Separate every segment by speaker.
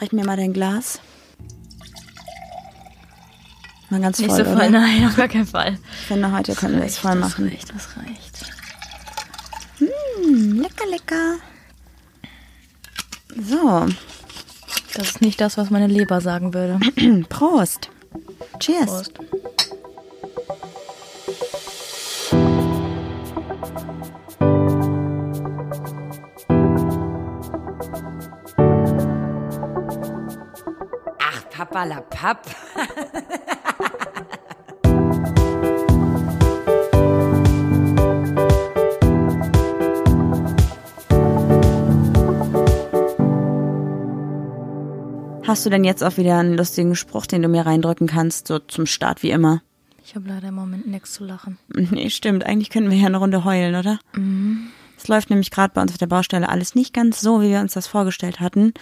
Speaker 1: Reich mir mal dein Glas. Mal ganz
Speaker 2: Nicht
Speaker 1: voll,
Speaker 2: so voll,
Speaker 1: oder?
Speaker 2: nein, auf gar keinen Fall.
Speaker 1: Ich finde, heute können wir es voll machen.
Speaker 2: reicht, das reicht.
Speaker 1: Hm, lecker, lecker. So,
Speaker 2: Das ist nicht das, was meine Leber sagen würde.
Speaker 1: Prost. Cheers.
Speaker 2: Prost.
Speaker 3: Ach, Papalapap.
Speaker 1: Hast du denn jetzt auch wieder einen lustigen Spruch, den du mir reindrücken kannst, so zum Start wie immer?
Speaker 2: Ich habe leider im Moment nichts zu lachen.
Speaker 1: Nee, stimmt. Eigentlich könnten wir ja eine Runde heulen, oder?
Speaker 2: Mhm.
Speaker 1: Es läuft nämlich gerade bei uns auf der Baustelle alles nicht ganz so, wie wir uns das vorgestellt hatten.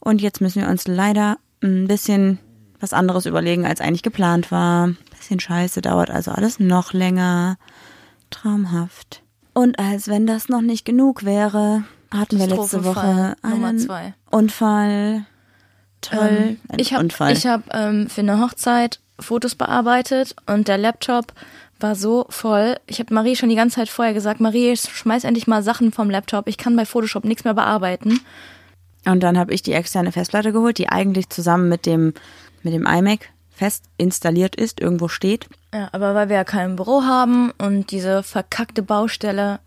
Speaker 1: Und jetzt müssen wir uns leider ein bisschen was anderes überlegen, als eigentlich geplant war. Bisschen scheiße, dauert also alles noch länger. Traumhaft. Und als wenn das noch nicht genug wäre, hatten wir letzte Woche
Speaker 2: Katastrophenfall Nummer
Speaker 1: einen
Speaker 2: zwei.
Speaker 1: Unfall. Toll.
Speaker 2: Ähm,
Speaker 1: Ein
Speaker 2: ich habe
Speaker 1: Unfall.
Speaker 2: hab, ähm, für eine Hochzeit Fotos bearbeitet und der Laptop war so voll. Ich habe Marie schon die ganze Zeit vorher gesagt, Marie, schmeiß endlich mal Sachen vom Laptop. Ich kann bei Photoshop nichts mehr bearbeiten.
Speaker 1: Und dann habe ich die externe Festplatte geholt, die eigentlich zusammen mit dem, mit dem iMac fest installiert ist, irgendwo steht.
Speaker 2: Ja, aber weil wir ja kein Büro haben und diese verkackte Baustelle,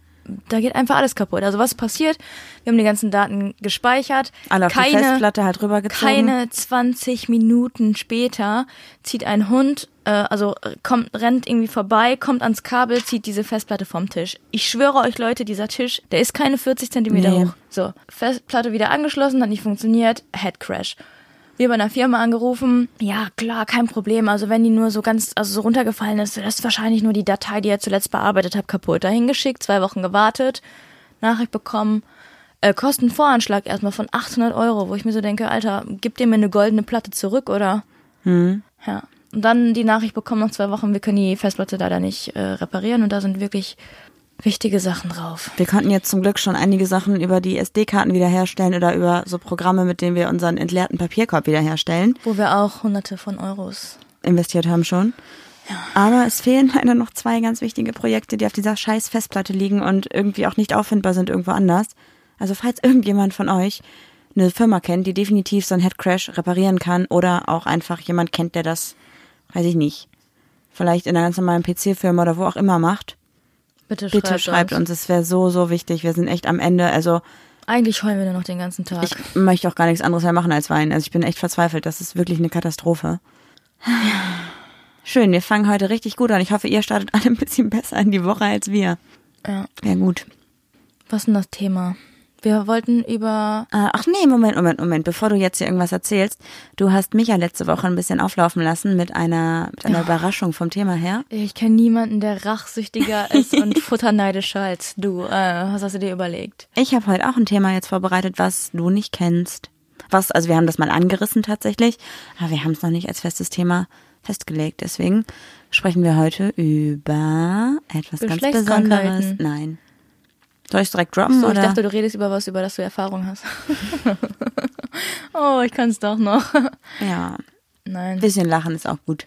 Speaker 2: da geht einfach alles kaputt. Also was passiert? Wir haben die ganzen Daten gespeichert.
Speaker 1: Alle auf die Festplatte halt rübergezogen.
Speaker 2: Keine 20 Minuten später zieht ein Hund, äh, also äh, kommt, rennt irgendwie vorbei, kommt ans Kabel, zieht diese Festplatte vom Tisch. Ich schwöre euch Leute, dieser Tisch, der ist keine 40 Zentimeter
Speaker 1: Nee.
Speaker 2: hoch. So, Festplatte wieder angeschlossen, hat nicht funktioniert, Headcrash. Wir bei einer Firma angerufen, ja klar, kein Problem. Also wenn die nur so ganz, also so runtergefallen ist, das ist wahrscheinlich nur die Datei, die ihr zuletzt bearbeitet habt, kaputt. Dahin geschickt, zwei Wochen gewartet, Nachricht bekommen, äh, Kostenvoranschlag erstmal von 800 Euro, wo ich mir so denke, Alter, gib dir mir eine goldene Platte zurück oder? Hm. Ja. Und dann die Nachricht bekommen nach zwei Wochen, wir können die Festplatte leider nicht äh, reparieren und da sind wirklich wichtige Sachen drauf.
Speaker 1: Wir konnten jetzt zum Glück schon einige Sachen über die SD-Karten wiederherstellen oder über so Programme, mit denen wir unseren entleerten Papierkorb wiederherstellen.
Speaker 2: Wo wir auch hunderte von Euros.
Speaker 1: Investiert haben schon. Aber es fehlen leider noch zwei ganz wichtige Projekte, die auf dieser scheiß Festplatte liegen und irgendwie auch nicht auffindbar sind irgendwo anders. Also falls irgendjemand von euch eine Firma kennt, die definitiv so einen Headcrash reparieren kann oder auch einfach jemand kennt, der das, weiß ich nicht, vielleicht in einer ganz normalen PC-Firma oder wo auch immer macht,
Speaker 2: Bitte schreibt,
Speaker 1: bitte schreibt uns. Es wäre so, so wichtig. Wir sind echt am Ende. Also
Speaker 2: Eigentlich heulen wir nur noch den ganzen Tag.
Speaker 1: ich möchte auch gar nichts anderes mehr machen als weinen. Also ich bin echt verzweifelt. Das ist wirklich eine Katastrophe. Schön, wir fangen heute richtig gut an. Ich hoffe, ihr startet alle ein bisschen besser in die Woche als wir.
Speaker 2: ja.
Speaker 1: Ja, gut.
Speaker 2: Was ist denn das Thema? Wir wollten über
Speaker 1: Äh, ach nee, Moment, Moment, Moment. Bevor du jetzt hier irgendwas erzählst, du hast mich ja letzte Woche ein bisschen auflaufen lassen mit einer, mit einer Überraschung vom Thema her.
Speaker 2: ich kenne niemanden, der rachsüchtiger ist und futterneidischer als du. Äh, was hast du dir überlegt?
Speaker 1: Ich habe heute auch ein Thema jetzt vorbereitet, was du nicht kennst. Was, also wir haben das mal angerissen tatsächlich, aber wir haben es noch nicht als festes Thema festgelegt. Deswegen sprechen wir heute über etwas ganz Besonderes.
Speaker 2: Geschlechtskrankheiten.
Speaker 1: Nein. Soll ich direkt droppen?
Speaker 2: So, ich
Speaker 1: oder?
Speaker 2: dachte, du redest über was, über das du Erfahrung hast. oh, ich kann es doch noch.
Speaker 1: ja,
Speaker 2: Nein.
Speaker 1: ein bisschen lachen ist auch gut.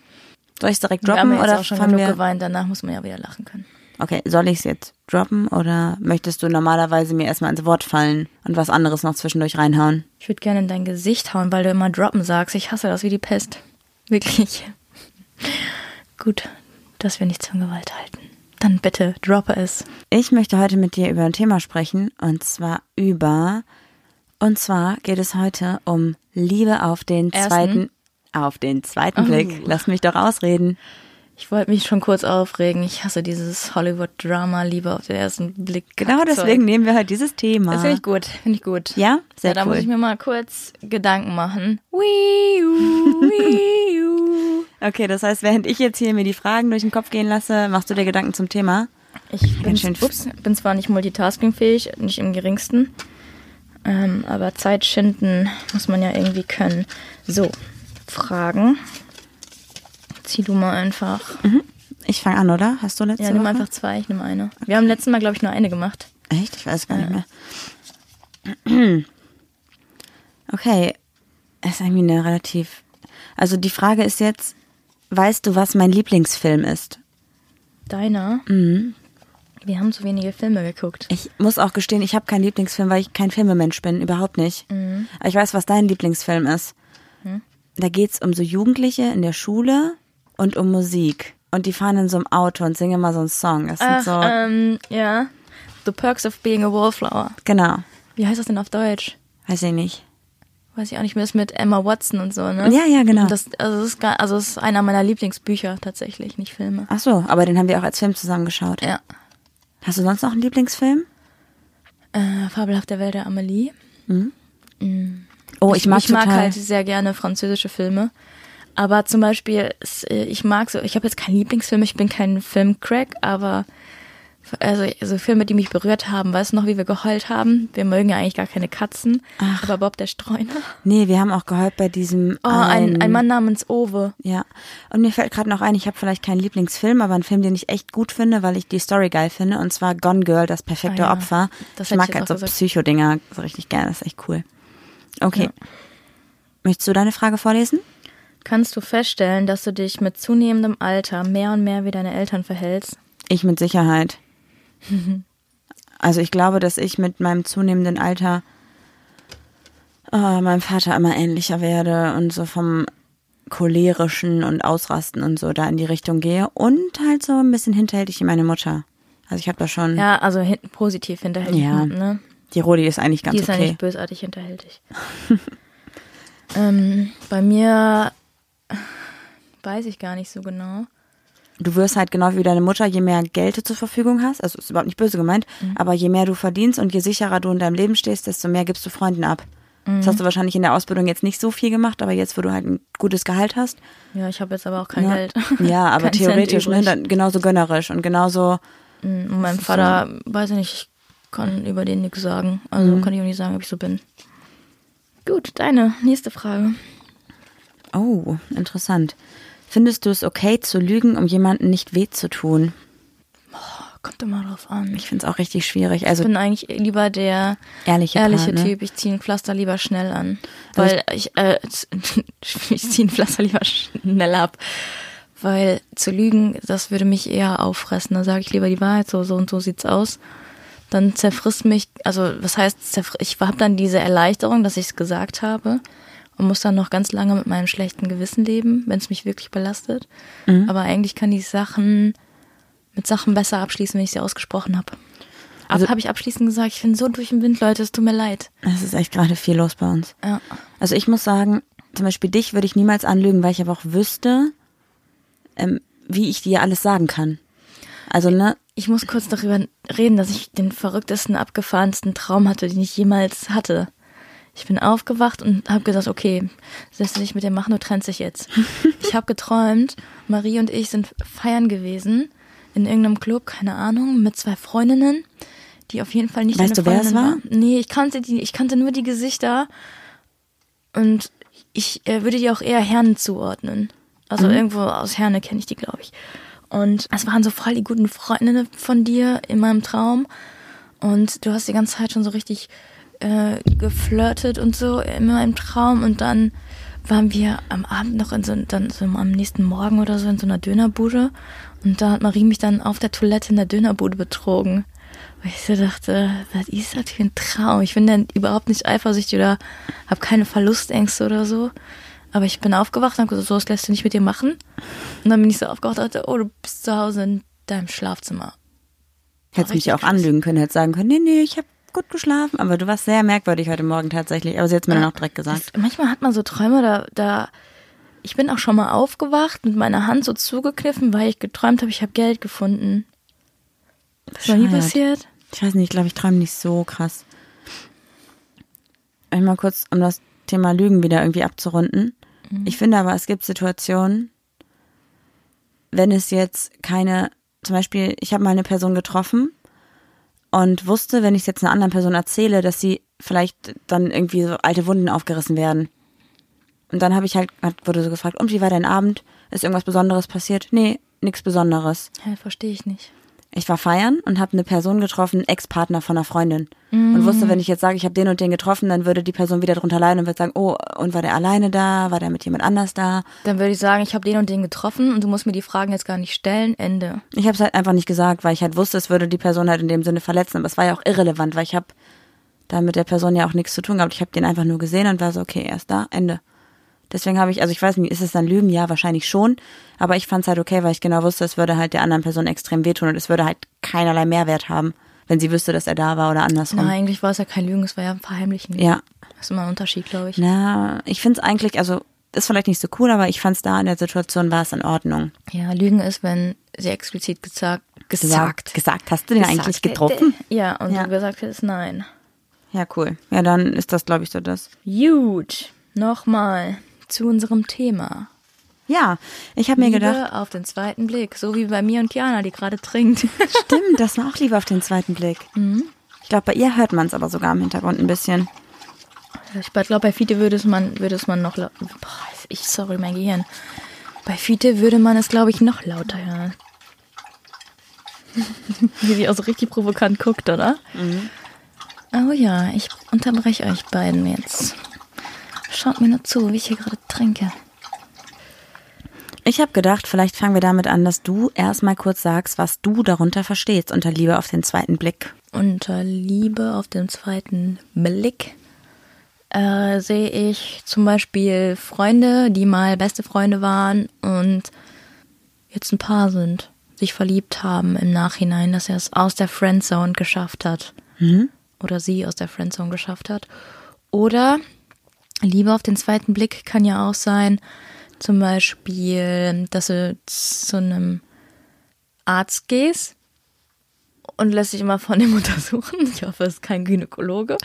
Speaker 1: Soll ich direkt
Speaker 2: wir haben
Speaker 1: droppen
Speaker 2: ja jetzt
Speaker 1: oder
Speaker 2: auch schon
Speaker 1: fangen
Speaker 2: genug
Speaker 1: wir-
Speaker 2: geweint, danach muss man ja wieder lachen können.
Speaker 1: Okay, soll ich es jetzt droppen oder möchtest du normalerweise mir erstmal ins Wort fallen und was anderes noch zwischendurch reinhauen?
Speaker 2: Ich würde gerne in dein Gesicht hauen, weil du immer droppen sagst. Ich hasse das wie die Pest. Wirklich. Gut, dass wir nichts von Gewalt halten. Dann bitte, droppe es.
Speaker 1: Ich möchte heute mit dir über ein Thema sprechen und zwar über und zwar geht es heute um Liebe auf den
Speaker 2: Ersten? Oh.
Speaker 1: zweiten auf den zweiten Blick. Lass mich doch ausreden.
Speaker 2: Ich wollte mich schon kurz aufregen. Ich hasse dieses Hollywood-Drama lieber auf den ersten Blick.
Speaker 1: Genau
Speaker 2: Kackzeug.
Speaker 1: deswegen nehmen wir heute dieses Thema.
Speaker 2: Das finde ich gut, finde ich gut.
Speaker 1: Ja? Sehr
Speaker 2: ja, da
Speaker 1: cool.
Speaker 2: muss ich mir mal kurz Gedanken machen. Wiiu, wiiu.
Speaker 1: okay, das heißt, während ich jetzt hier mir die Fragen durch den Kopf gehen lasse, machst du dir Gedanken zum Thema?
Speaker 2: Ich bin,
Speaker 1: schön.
Speaker 2: ups, bin zwar nicht multitaskingfähig, nicht im geringsten, ähm, aber Zeit schinden muss man ja irgendwie können. So, Fragen. Zieh du mal einfach.
Speaker 1: Ich fange an, oder? Hast du letzte
Speaker 2: Ja, nimm
Speaker 1: Woche?
Speaker 2: einfach zwei, ich nehme eine. Wir haben letztes Mal, glaube ich, nur eine gemacht.
Speaker 1: Echt? Ich weiß gar nicht mehr. Okay. ist irgendwie eine relativ. Also die Frage ist jetzt, weißt du, was mein Lieblingsfilm ist?
Speaker 2: Deiner?
Speaker 1: Mhm.
Speaker 2: Wir haben zu wenige Filme geguckt.
Speaker 1: Ich muss auch gestehen, ich habe keinen Lieblingsfilm, weil ich kein Filmemensch bin, überhaupt nicht. Aber ich weiß, was dein Lieblingsfilm ist. Da geht's um so Jugendliche in der Schule und um Musik. Und die fahren in so einem Auto und singen mal so einen Song. Das sind
Speaker 2: Ach,
Speaker 1: so,
Speaker 2: ähm, ja. The Perks of Being a Wallflower.
Speaker 1: genau,
Speaker 2: Wie heißt das denn auf Deutsch?
Speaker 1: weiß ich nicht.
Speaker 2: Weiß ich auch nicht mehr, ist mit Emma Watson und so, ne?
Speaker 1: Ja, ja, genau.
Speaker 2: Das, also, das ist, gar- also das ist einer meiner Lieblingsbücher tatsächlich, nicht Filme.
Speaker 1: Ach so, aber den haben wir auch als Film zusammengeschaut.
Speaker 2: Ja.
Speaker 1: Hast du sonst noch einen Lieblingsfilm?
Speaker 2: Äh, Fabelhaft der Welt der Amelie.
Speaker 1: Oh, ich, mag
Speaker 2: ich mag
Speaker 1: total.
Speaker 2: halt sehr gerne französische Filme. Aber zum Beispiel, es, äh, ich mag so, ich habe jetzt keinen Lieblingsfilm, ich bin kein Filmcrack, aber also, also Filme, die mich berührt haben, weißt du noch, wie wir geheult haben? Wir mögen ja eigentlich gar keine Katzen, aber Bob der Streuner.
Speaker 1: Nee, wir haben auch geholfen bei diesem. ähm,
Speaker 2: Oh, ein, ein Mann namens Owe.
Speaker 1: Ja, und mir fällt gerade noch ein, ich habe vielleicht keinen Lieblingsfilm, aber einen Film, den ich echt gut finde, weil ich die Story geil finde, und zwar Gone Girl, das perfekte
Speaker 2: Ah ja,
Speaker 1: Opfer.
Speaker 2: das
Speaker 1: ich
Speaker 2: hätte ich
Speaker 1: mag
Speaker 2: jetzt
Speaker 1: halt
Speaker 2: auch
Speaker 1: so
Speaker 2: gesagt.
Speaker 1: Psychodinger so richtig gerne, das ist echt cool. Okay. Möchtest du deine Frage vorlesen?
Speaker 2: Kannst du feststellen, dass du dich mit zunehmendem Alter mehr und mehr wie deine Eltern verhältst?
Speaker 1: Ich mit Sicherheit. also ich glaube, dass ich mit meinem zunehmenden Alter äh, meinem Vater immer ähnlicher werde und so vom cholerischen und Ausrasten und so da in die Richtung gehe und halt so ein bisschen hinterhältig wie meine Mutter. Also ich habe da schon.
Speaker 2: Ja, also hin positiv hinterhältig.
Speaker 1: Ja.
Speaker 2: Ne?
Speaker 1: Die Rodi ist eigentlich ganz
Speaker 2: Die ist ja
Speaker 1: okay.
Speaker 2: nicht bösartig hinterhältig. ähm, bei mir weiß ich gar nicht so genau.
Speaker 1: Du wirst halt genau wie deine Mutter, je mehr Geld du zur Verfügung hast, also ist überhaupt nicht böse gemeint,
Speaker 2: Mhm.
Speaker 1: aber je mehr du verdienst und je sicherer du in deinem Leben stehst, desto mehr gibst du Freunden ab.
Speaker 2: Mhm.
Speaker 1: Das hast du wahrscheinlich in der Ausbildung jetzt nicht so viel gemacht, aber jetzt, wo du halt ein gutes Gehalt hast.
Speaker 2: Ja, ich habe jetzt aber auch kein
Speaker 1: ne?
Speaker 2: Geld.
Speaker 1: Ja, aber
Speaker 2: Kein Cent
Speaker 1: theoretisch, ne,
Speaker 2: übrig.
Speaker 1: dann genauso gönnerisch und genauso,
Speaker 2: Und mein Vater, weiß ich nicht, ich kann über den nichts sagen. Also
Speaker 1: Mhm.
Speaker 2: kann ich auch nicht sagen, ob ich so bin. Gut, deine nächste Frage.
Speaker 1: oh, interessant. Findest du es okay zu lügen, um jemandem nicht weh zu tun?
Speaker 2: Kommt immer drauf an.
Speaker 1: Ich finde es auch richtig schwierig.
Speaker 2: Ich
Speaker 1: Also
Speaker 2: bin eigentlich lieber der
Speaker 1: Ehrliche
Speaker 2: ehrliche
Speaker 1: Part, ne?
Speaker 2: Typ. Ich ziehe ein Pflaster lieber schnell an.
Speaker 1: Also
Speaker 2: Weil ich, äh, ich ziehe ein Pflaster lieber schnell ab. Weil zu lügen, das würde mich eher auffressen. Da sage ich lieber die Wahrheit, so, so und so sieht's aus. Dann zerfrisst mich, also was heißt, zerfr ich habe dann diese Erleichterung, dass ich es gesagt habe und muss dann noch ganz lange mit meinem schlechten Gewissen leben, wenn es mich wirklich belastet.
Speaker 1: Mhm.
Speaker 2: Aber eigentlich kann ich Sachen mit Sachen besser abschließen, wenn ich sie ausgesprochen habe.
Speaker 1: Also-
Speaker 2: Also habe ich abschließend gesagt, ich bin so durch den Wind, Leute, es tut mir leid.
Speaker 1: es ist echt gerade viel los bei uns.
Speaker 2: Ja.
Speaker 1: Also ich muss sagen, zum Beispiel dich würde ich niemals anlügen, weil ich aber auch wüsste, ähm, wie ich dir alles sagen kann. Also, ne?
Speaker 2: Ich muss kurz darüber reden, dass ich den verrücktesten, abgefahrensten Traum hatte, den ich jemals hatte. Ich bin aufgewacht und habe gesagt, okay, setz dich mit dem Machno trennt sich jetzt. Ich habe geträumt, Marie und ich sind feiern gewesen in irgendeinem Club, keine Ahnung, mit zwei Freundinnen, die auf jeden Fall nicht
Speaker 1: Weißt
Speaker 2: deine
Speaker 1: du, wer es
Speaker 2: Freundin
Speaker 1: war?
Speaker 2: waren. Nee, ich kannte die, ich kannte nur die Gesichter und ich äh, würde die auch eher Herne zuordnen. Also irgendwo aus Herne kenne ich die, glaube ich. Und es waren so voll die guten Freundinnen von dir in meinem Traum. Und du hast die ganze Zeit schon so richtig äh, geflirtet und so in meinem Traum. Und dann waren wir am Abend noch in so, dann so am nächsten Morgen oder so in so einer Dönerbude. Und da hat Marie mich dann auf der Toilette in der Dönerbude betrogen. Weil ich so dachte, was ist das für ein Traum? Ich bin dann überhaupt nicht eifersüchtig oder habe keine Verlustängste oder so. Aber ich bin aufgewacht und habe gesagt, so das lässt du nicht mit dir machen. Und dann bin ich so aufgewacht und dachte, oh, du bist zu Hause in deinem Schlafzimmer.
Speaker 1: Hättest mich
Speaker 2: richtig
Speaker 1: ja auch anlügen können, hättest sagen können, nee, nee, ich habe gut geschlafen, aber du warst sehr merkwürdig heute Morgen tatsächlich. Aber sie hat's mir dann auch direkt gesagt.
Speaker 2: Das, manchmal hat man so Träume, da, da. Ich bin auch schon mal aufgewacht mit meiner Hand so zugekniffen, weil ich geträumt habe, ich habe Geld gefunden. Ist noch nie
Speaker 1: Bescheuert.
Speaker 2: passiert?
Speaker 1: Ich weiß nicht, ich glaube, ich träume nicht so krass. Einmal kurz, um das Thema Lügen wieder irgendwie abzurunden. Ich finde aber, es gibt Situationen, wenn es jetzt keine, zum Beispiel, ich habe mal eine Person getroffen und wusste, wenn ich es jetzt einer anderen Person erzähle, dass sie vielleicht dann irgendwie so alte Wunden aufgerissen werden. Und dann habe ich halt, hat- wurde so gefragt, und wie war dein Abend? Ist irgendwas Besonderes passiert? Nee, nichts Besonderes.
Speaker 2: Ja, verstehe ich nicht.
Speaker 1: Ich war feiern und habe eine Person getroffen, Ex-Partner von einer Freundin. Und wusste, wenn ich jetzt sage, ich habe den und den getroffen, dann würde die Person wieder drunter leiden und würde sagen, oh, und war der alleine da? War der mit jemand anders da?
Speaker 2: Dann würde ich sagen, ich habe den und den getroffen und du musst mir die Fragen jetzt gar nicht stellen. Ende.
Speaker 1: Ich habe es halt einfach nicht gesagt, weil ich halt wusste, es würde die Person halt in dem Sinne verletzen. Aber es war ja auch irrelevant, weil ich habe da mit der Person ja auch nichts zu tun gehabt. Ich habe den einfach nur gesehen und war so, okay, er ist da, Ende. Deswegen habe ich, also ich weiß nicht, ist es dann Lügen? Ja, wahrscheinlich schon. Aber ich fand es halt okay, weil ich genau wusste, es würde halt der anderen Person extrem wehtun und es würde halt keinerlei Mehrwert haben, wenn sie wüsste, dass er da war oder andersrum.
Speaker 2: Na, eigentlich war es ja kein Lügen, es war ja ein Verheimlichen.
Speaker 1: Ja, Ne.
Speaker 2: Das ist immer ein Unterschied, glaube ich.
Speaker 1: na, ich finde es eigentlich, also ist vielleicht nicht so cool, aber ich fand es da in der Situation war es in Ordnung.
Speaker 2: Ja, Lügen ist, wenn sie explizit gesagt, gesagt,
Speaker 1: Gesagt, hast du den
Speaker 2: gesagt
Speaker 1: eigentlich
Speaker 2: hätte.
Speaker 1: getroffen?
Speaker 2: Ja, und
Speaker 1: Ja.
Speaker 2: du gesagt hättest nein.
Speaker 1: Ja, cool. Ja, dann ist das, glaube ich, so das.
Speaker 2: Gut, nochmal zu unserem Thema.
Speaker 1: Ja, ich habe mir gedacht,
Speaker 2: Liebe auf den zweiten Blick, so wie bei mir und Kiana, die gerade trinkt.
Speaker 1: Stimmt, das war auch lieber auf den zweiten Blick.
Speaker 2: Mhm.
Speaker 1: Ich glaube, bei ihr hört man es aber sogar im Hintergrund ein bisschen.
Speaker 2: ich glaube, bei Fiete würde es man, würde es man noch lau- Boah, ich, sorry, mein Gehirn. Bei Fiete würde man es, glaube ich, noch lauter hören. wie sie auch so richtig provokant guckt, oder? Oh ja, ich unterbreche euch beiden jetzt. Schaut mir nur zu, wie ich hier gerade trinke.
Speaker 1: Ich habe gedacht, vielleicht fangen wir damit an, dass du erstmal kurz sagst, was du darunter verstehst unter Liebe auf den zweiten Blick.
Speaker 2: Unter Liebe auf den zweiten Blick äh, sehe ich zum Beispiel Freunde, die mal beste Freunde waren und jetzt ein Paar sind, sich verliebt haben im Nachhinein, dass er es aus der Friendzone geschafft hat. Oder sie aus der Friendzone geschafft hat. Oder Liebe auf den zweiten Blick kann ja auch sein, zum Beispiel, dass du zu einem Arzt gehst und lässt sich immer von dem untersuchen. Ich hoffe, es ist kein Gynäkologe.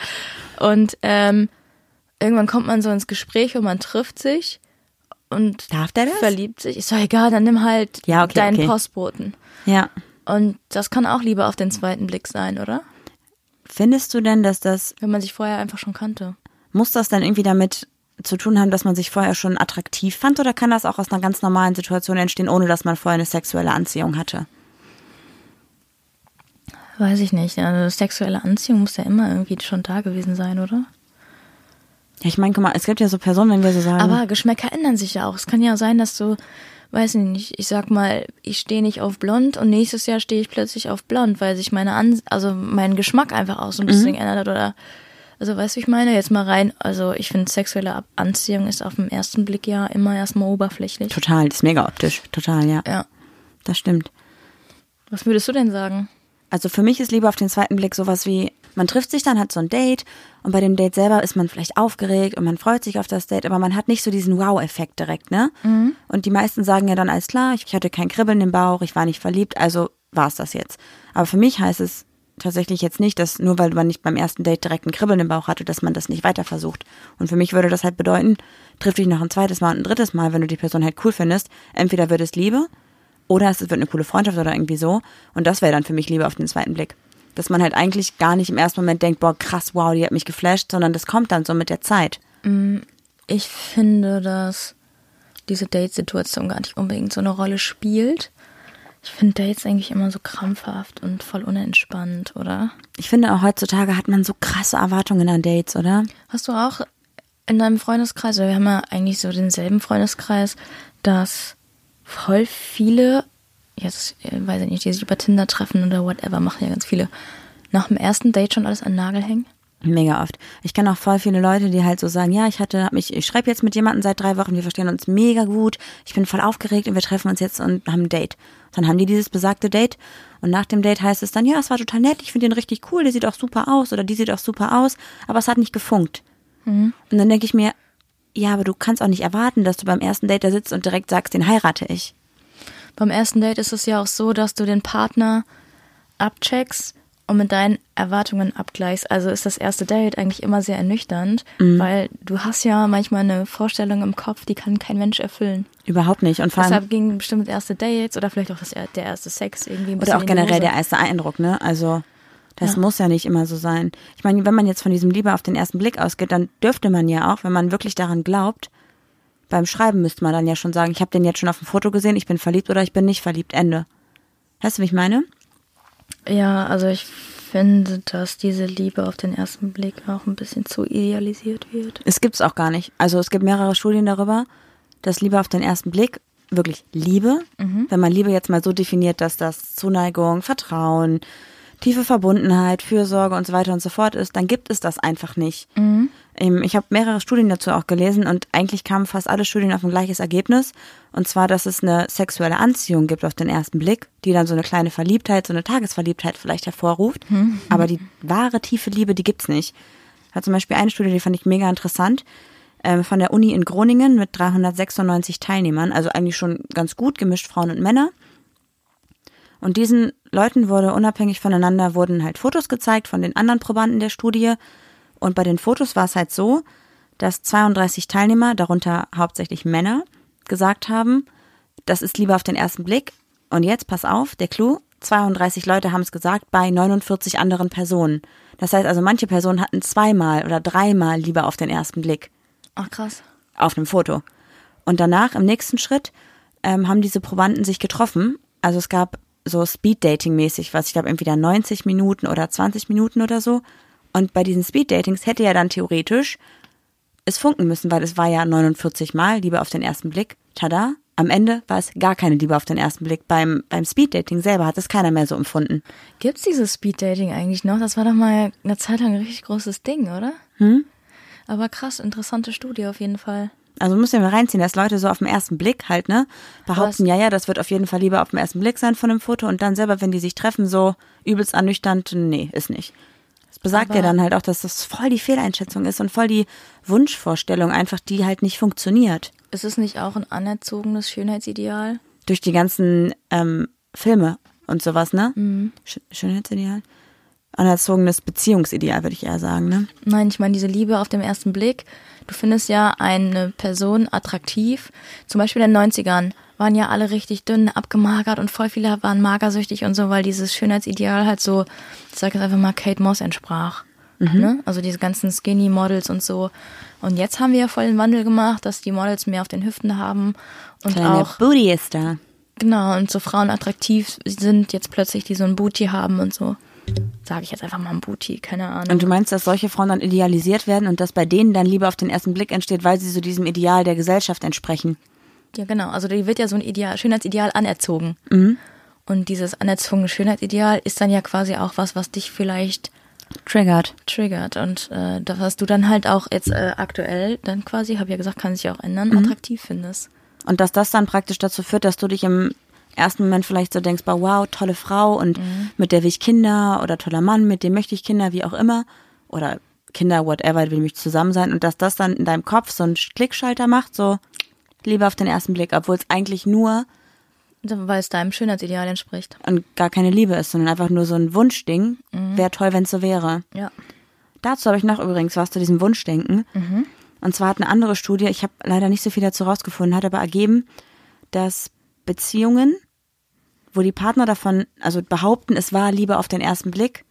Speaker 2: Und ähm, irgendwann kommt man so ins Gespräch und man trifft sich und
Speaker 1: Darf der das?
Speaker 2: verliebt sich. Ist doch egal, dann nimm halt
Speaker 1: Ja, okay,
Speaker 2: deinen
Speaker 1: okay.
Speaker 2: Postboten.
Speaker 1: Ja.
Speaker 2: Und das kann auch lieber auf den zweiten Blick sein, oder?
Speaker 1: Findest du denn, dass das,
Speaker 2: Wenn man sich vorher einfach schon kannte.
Speaker 1: muss das dann irgendwie damit zu tun haben, dass man sich vorher schon attraktiv fand oder kann das auch aus einer ganz normalen Situation entstehen, ohne dass man vorher eine sexuelle Anziehung hatte?
Speaker 2: Weiß ich nicht. Also sexuelle Anziehung muss ja immer irgendwie schon da gewesen sein, oder?
Speaker 1: Ja, ich meine, guck mal, es gibt ja so Personen, wenn wir so sagen,
Speaker 2: Aber Geschmäcker ändern sich ja auch. Es kann ja sein, dass du, weiß ich nicht, ich sag mal, ich stehe nicht auf blond und nächstes Jahr stehe ich plötzlich auf blond, weil sich meine An also mein Geschmack einfach auch so ein bisschen geändert hat oder also weißt du, wie ich meine, jetzt mal rein, also ich finde sexuelle Ab- Anziehung ist auf den ersten Blick ja immer erstmal oberflächlich.
Speaker 1: total, das ist mega optisch, total, ja,
Speaker 2: Ja.
Speaker 1: das stimmt.
Speaker 2: Was würdest du denn sagen?
Speaker 1: Also für mich ist Liebe auf den zweiten Blick sowas wie, man trifft sich dann, hat so ein Date und bei dem Date selber ist man vielleicht aufgeregt und man freut sich auf das Date, aber man hat nicht so diesen Wow-Effekt direkt, ne? Und die meisten sagen ja dann, alles klar, ich hatte kein Kribbeln im Bauch, ich war nicht verliebt, also war es das jetzt. Aber für mich heißt es tatsächlich jetzt nicht, dass nur weil man nicht beim ersten Date direkt ein Kribbeln im Bauch hatte, dass man das nicht weiter versucht. Und für mich würde das halt bedeuten, triff dich noch ein zweites Mal und ein drittes Mal, wenn du die Person halt cool findest, entweder wird es Liebe oder es wird eine coole Freundschaft oder irgendwie so. Und das wäre dann für mich Liebe auf den zweiten Blick. Dass man halt eigentlich gar nicht im ersten Moment denkt, boah, krass, wow, die hat mich geflasht, sondern das kommt dann so mit der Zeit.
Speaker 2: Ich finde, dass diese Date-Situation gar nicht unbedingt so eine Rolle spielt. Ich finde Dates eigentlich immer so krampfhaft und voll unentspannt, oder?
Speaker 1: Ich finde auch heutzutage hat man so krasse Erwartungen an Dates, oder?
Speaker 2: Hast du auch in deinem Freundeskreis, oder wir haben ja eigentlich so denselben Freundeskreis, dass voll viele, jetzt äh, weiß ich nicht, die sich über Tinder treffen oder whatever, machen ja ganz viele, nach dem ersten Date schon alles an den Nagel hängen?
Speaker 1: Mega oft. Ich kenne auch voll viele Leute, die halt so sagen, ja, ich hatte, hab mich, ich schreibe jetzt mit jemandem seit drei Wochen, wir verstehen uns mega gut, ich bin voll aufgeregt und wir treffen uns jetzt und haben ein Date. Dann haben die dieses besagte Date und nach dem Date heißt es dann, ja, es war total nett, ich finde den richtig cool, der sieht auch super aus oder die sieht auch super aus, aber es hat nicht gefunkt. Und dann denke ich mir, ja, aber du kannst auch nicht erwarten, dass du beim ersten Date da sitzt und direkt sagst, den heirate ich.
Speaker 2: Beim ersten Date ist es ja auch so, dass du den Partner abcheckst und mit deinen Erwartungen abgleichst. Also ist das erste Date eigentlich immer sehr ernüchternd,
Speaker 1: Mhm.
Speaker 2: weil du hast ja manchmal eine Vorstellung im Kopf, die kann kein Mensch erfüllen.
Speaker 1: Überhaupt nicht. Und vor allem,
Speaker 2: Deshalb gingen bestimmt erste Dates oder vielleicht auch das, er- der erste Sex irgendwie ein bisschen
Speaker 1: Oder auch
Speaker 2: in die
Speaker 1: generell
Speaker 2: Hose.
Speaker 1: der erste Eindruck, ne? Also das muss ja nicht immer so sein. Ich meine, wenn man jetzt von diesem Liebe auf den ersten Blick ausgeht, dann dürfte man ja auch, wenn man wirklich daran glaubt, beim Schreiben müsste man dann ja schon sagen, ich habe den jetzt schon auf dem Foto gesehen, ich bin verliebt oder ich bin nicht verliebt, Ende. Weißt du, wie ich meine?
Speaker 2: Ja, also ich finde, dass diese Liebe auf den ersten Blick auch ein bisschen zu idealisiert wird.
Speaker 1: Es gibt es auch gar nicht. Also es gibt mehrere Studien darüber, dass Liebe auf den ersten Blick wirklich Liebe, wenn man Liebe jetzt mal so definiert, dass das Zuneigung, Vertrauen, tiefe Verbundenheit, Fürsorge und so weiter und so fort ist, dann gibt es das einfach nicht. Ähm, Ich habe mehrere Studien dazu auch gelesen und eigentlich kamen fast alle Studien auf ein gleiches Ergebnis. Und zwar, dass es eine sexuelle Anziehung gibt auf den ersten Blick, die dann so eine kleine Verliebtheit, so eine Tagesverliebtheit vielleicht hervorruft. Aber die wahre tiefe Liebe, die gibt's nicht. Hat zum Beispiel eine Studie, die fand ich mega interessant, ähm, von der Uni in Groningen mit 396 Teilnehmern, also eigentlich schon ganz gut gemischt Frauen und Männer. Und diesen Leuten wurde unabhängig voneinander wurden halt Fotos gezeigt von den anderen Probanden der Studie. Und bei den Fotos war es halt so, dass 32 Teilnehmer, darunter hauptsächlich Männer, gesagt haben, das ist lieber auf den ersten Blick. Und jetzt, pass auf, der Clou, 32 Leute haben es gesagt bei 49 anderen Personen. Das heißt also, manche Personen hatten zweimal oder dreimal lieber auf den ersten Blick
Speaker 2: Ach krass.
Speaker 1: auf einem Foto. Und danach, im nächsten Schritt, ähm, haben diese Probanden sich getroffen. Also es gab so Speed-Dating-mäßig, was ich glaube, entweder 90 Minuten oder 20 Minuten oder so. Und bei diesen Speed-Datings hätte ja dann theoretisch es funken müssen, weil es war ja 49 Mal Liebe auf den ersten Blick. Tada. Am Ende war es gar keine Liebe auf den ersten Blick. Beim, beim Speed-Dating selber hat es keiner mehr so empfunden.
Speaker 2: Gibt's dieses Speeddating eigentlich noch? Das war doch mal eine Zeit lang ein richtig großes Ding, oder? Hm? Aber krass, interessante Studie auf jeden Fall.
Speaker 1: Also muss ja mal reinziehen, dass Leute so auf den ersten Blick halt, ne, behaupten,
Speaker 2: es-
Speaker 1: ja, ja, das wird auf jeden Fall lieber auf den ersten Blick sein von dem Foto und dann selber, wenn die sich treffen, so übelst ernüchternd, nee, ist nicht. Das besagt
Speaker 2: Aber-
Speaker 1: ja dann halt auch, dass das voll die Fehleinschätzung ist und voll die Wunschvorstellung einfach, die halt nicht funktioniert.
Speaker 2: Ist es nicht auch ein anerzogenes Schönheitsideal?
Speaker 1: Durch die ganzen ähm, Filme und sowas, ne?
Speaker 2: Mhm.
Speaker 1: Sch Schönheitsideal. Anerzogenes Beziehungsideal, würde ich eher sagen, ne?
Speaker 2: Nein, ich meine diese Liebe auf dem ersten Blick. Du findest ja eine Person attraktiv. Zum Beispiel in den 90ern waren ja alle richtig dünn, abgemagert und voll viele waren magersüchtig und so, weil dieses Schönheitsideal halt so, ich sage jetzt einfach mal, Kate Moss entsprach. Ne? Also diese ganzen Skinny Models und so. Und jetzt haben wir ja voll den Wandel gemacht, dass die Models mehr auf den Hüften haben und
Speaker 1: Kleine
Speaker 2: auch
Speaker 1: Booty ist da.
Speaker 2: Genau, und so Frauen attraktiv sind jetzt plötzlich, die so ein Booty haben und so. Sage ich jetzt einfach mal ein Booty, keine Ahnung.
Speaker 1: Und du meinst, dass solche Frauen dann idealisiert werden und dass bei denen dann Liebe auf den ersten Blick entsteht, weil sie so diesem Ideal der Gesellschaft entsprechen?
Speaker 2: ja, genau. Also die wird ja so ein Ideal, Schönheitsideal anerzogen.
Speaker 1: Mhm.
Speaker 2: Und dieses anerzogene Schönheitsideal ist dann ja quasi auch was, was dich vielleicht
Speaker 1: Triggert.
Speaker 2: triggert. Und äh, das, was du dann halt auch jetzt äh, aktuell dann quasi, habe ja gesagt, kann sich ja auch
Speaker 1: Mhm.
Speaker 2: ändern, attraktiv findest.
Speaker 1: Und dass das dann praktisch dazu führt, dass du dich im ersten Moment vielleicht so denkst, boah, wow, tolle Frau und mit der will ich Kinder oder toller Mann, mit dem möchte ich Kinder, wie auch immer. Oder Kinder, whatever, will mich zusammen sein. Und dass das dann in deinem Kopf so einen Klickschalter macht, so Liebe auf den ersten Blick, obwohl es eigentlich nur
Speaker 2: Also, Weil es deinem Schönheitsideal entspricht.
Speaker 1: und gar keine Liebe ist, sondern einfach nur so ein Wunschding. Wäre toll, wenn es so wäre.
Speaker 2: Ja.
Speaker 1: Dazu habe ich noch übrigens was zu diesem Wunschdenken. Und zwar hat eine andere Studie, ich habe leider nicht so viel dazu rausgefunden, hat aber ergeben, dass Beziehungen, wo die Partner davon, also behaupten, es war Liebe auf den ersten Blick,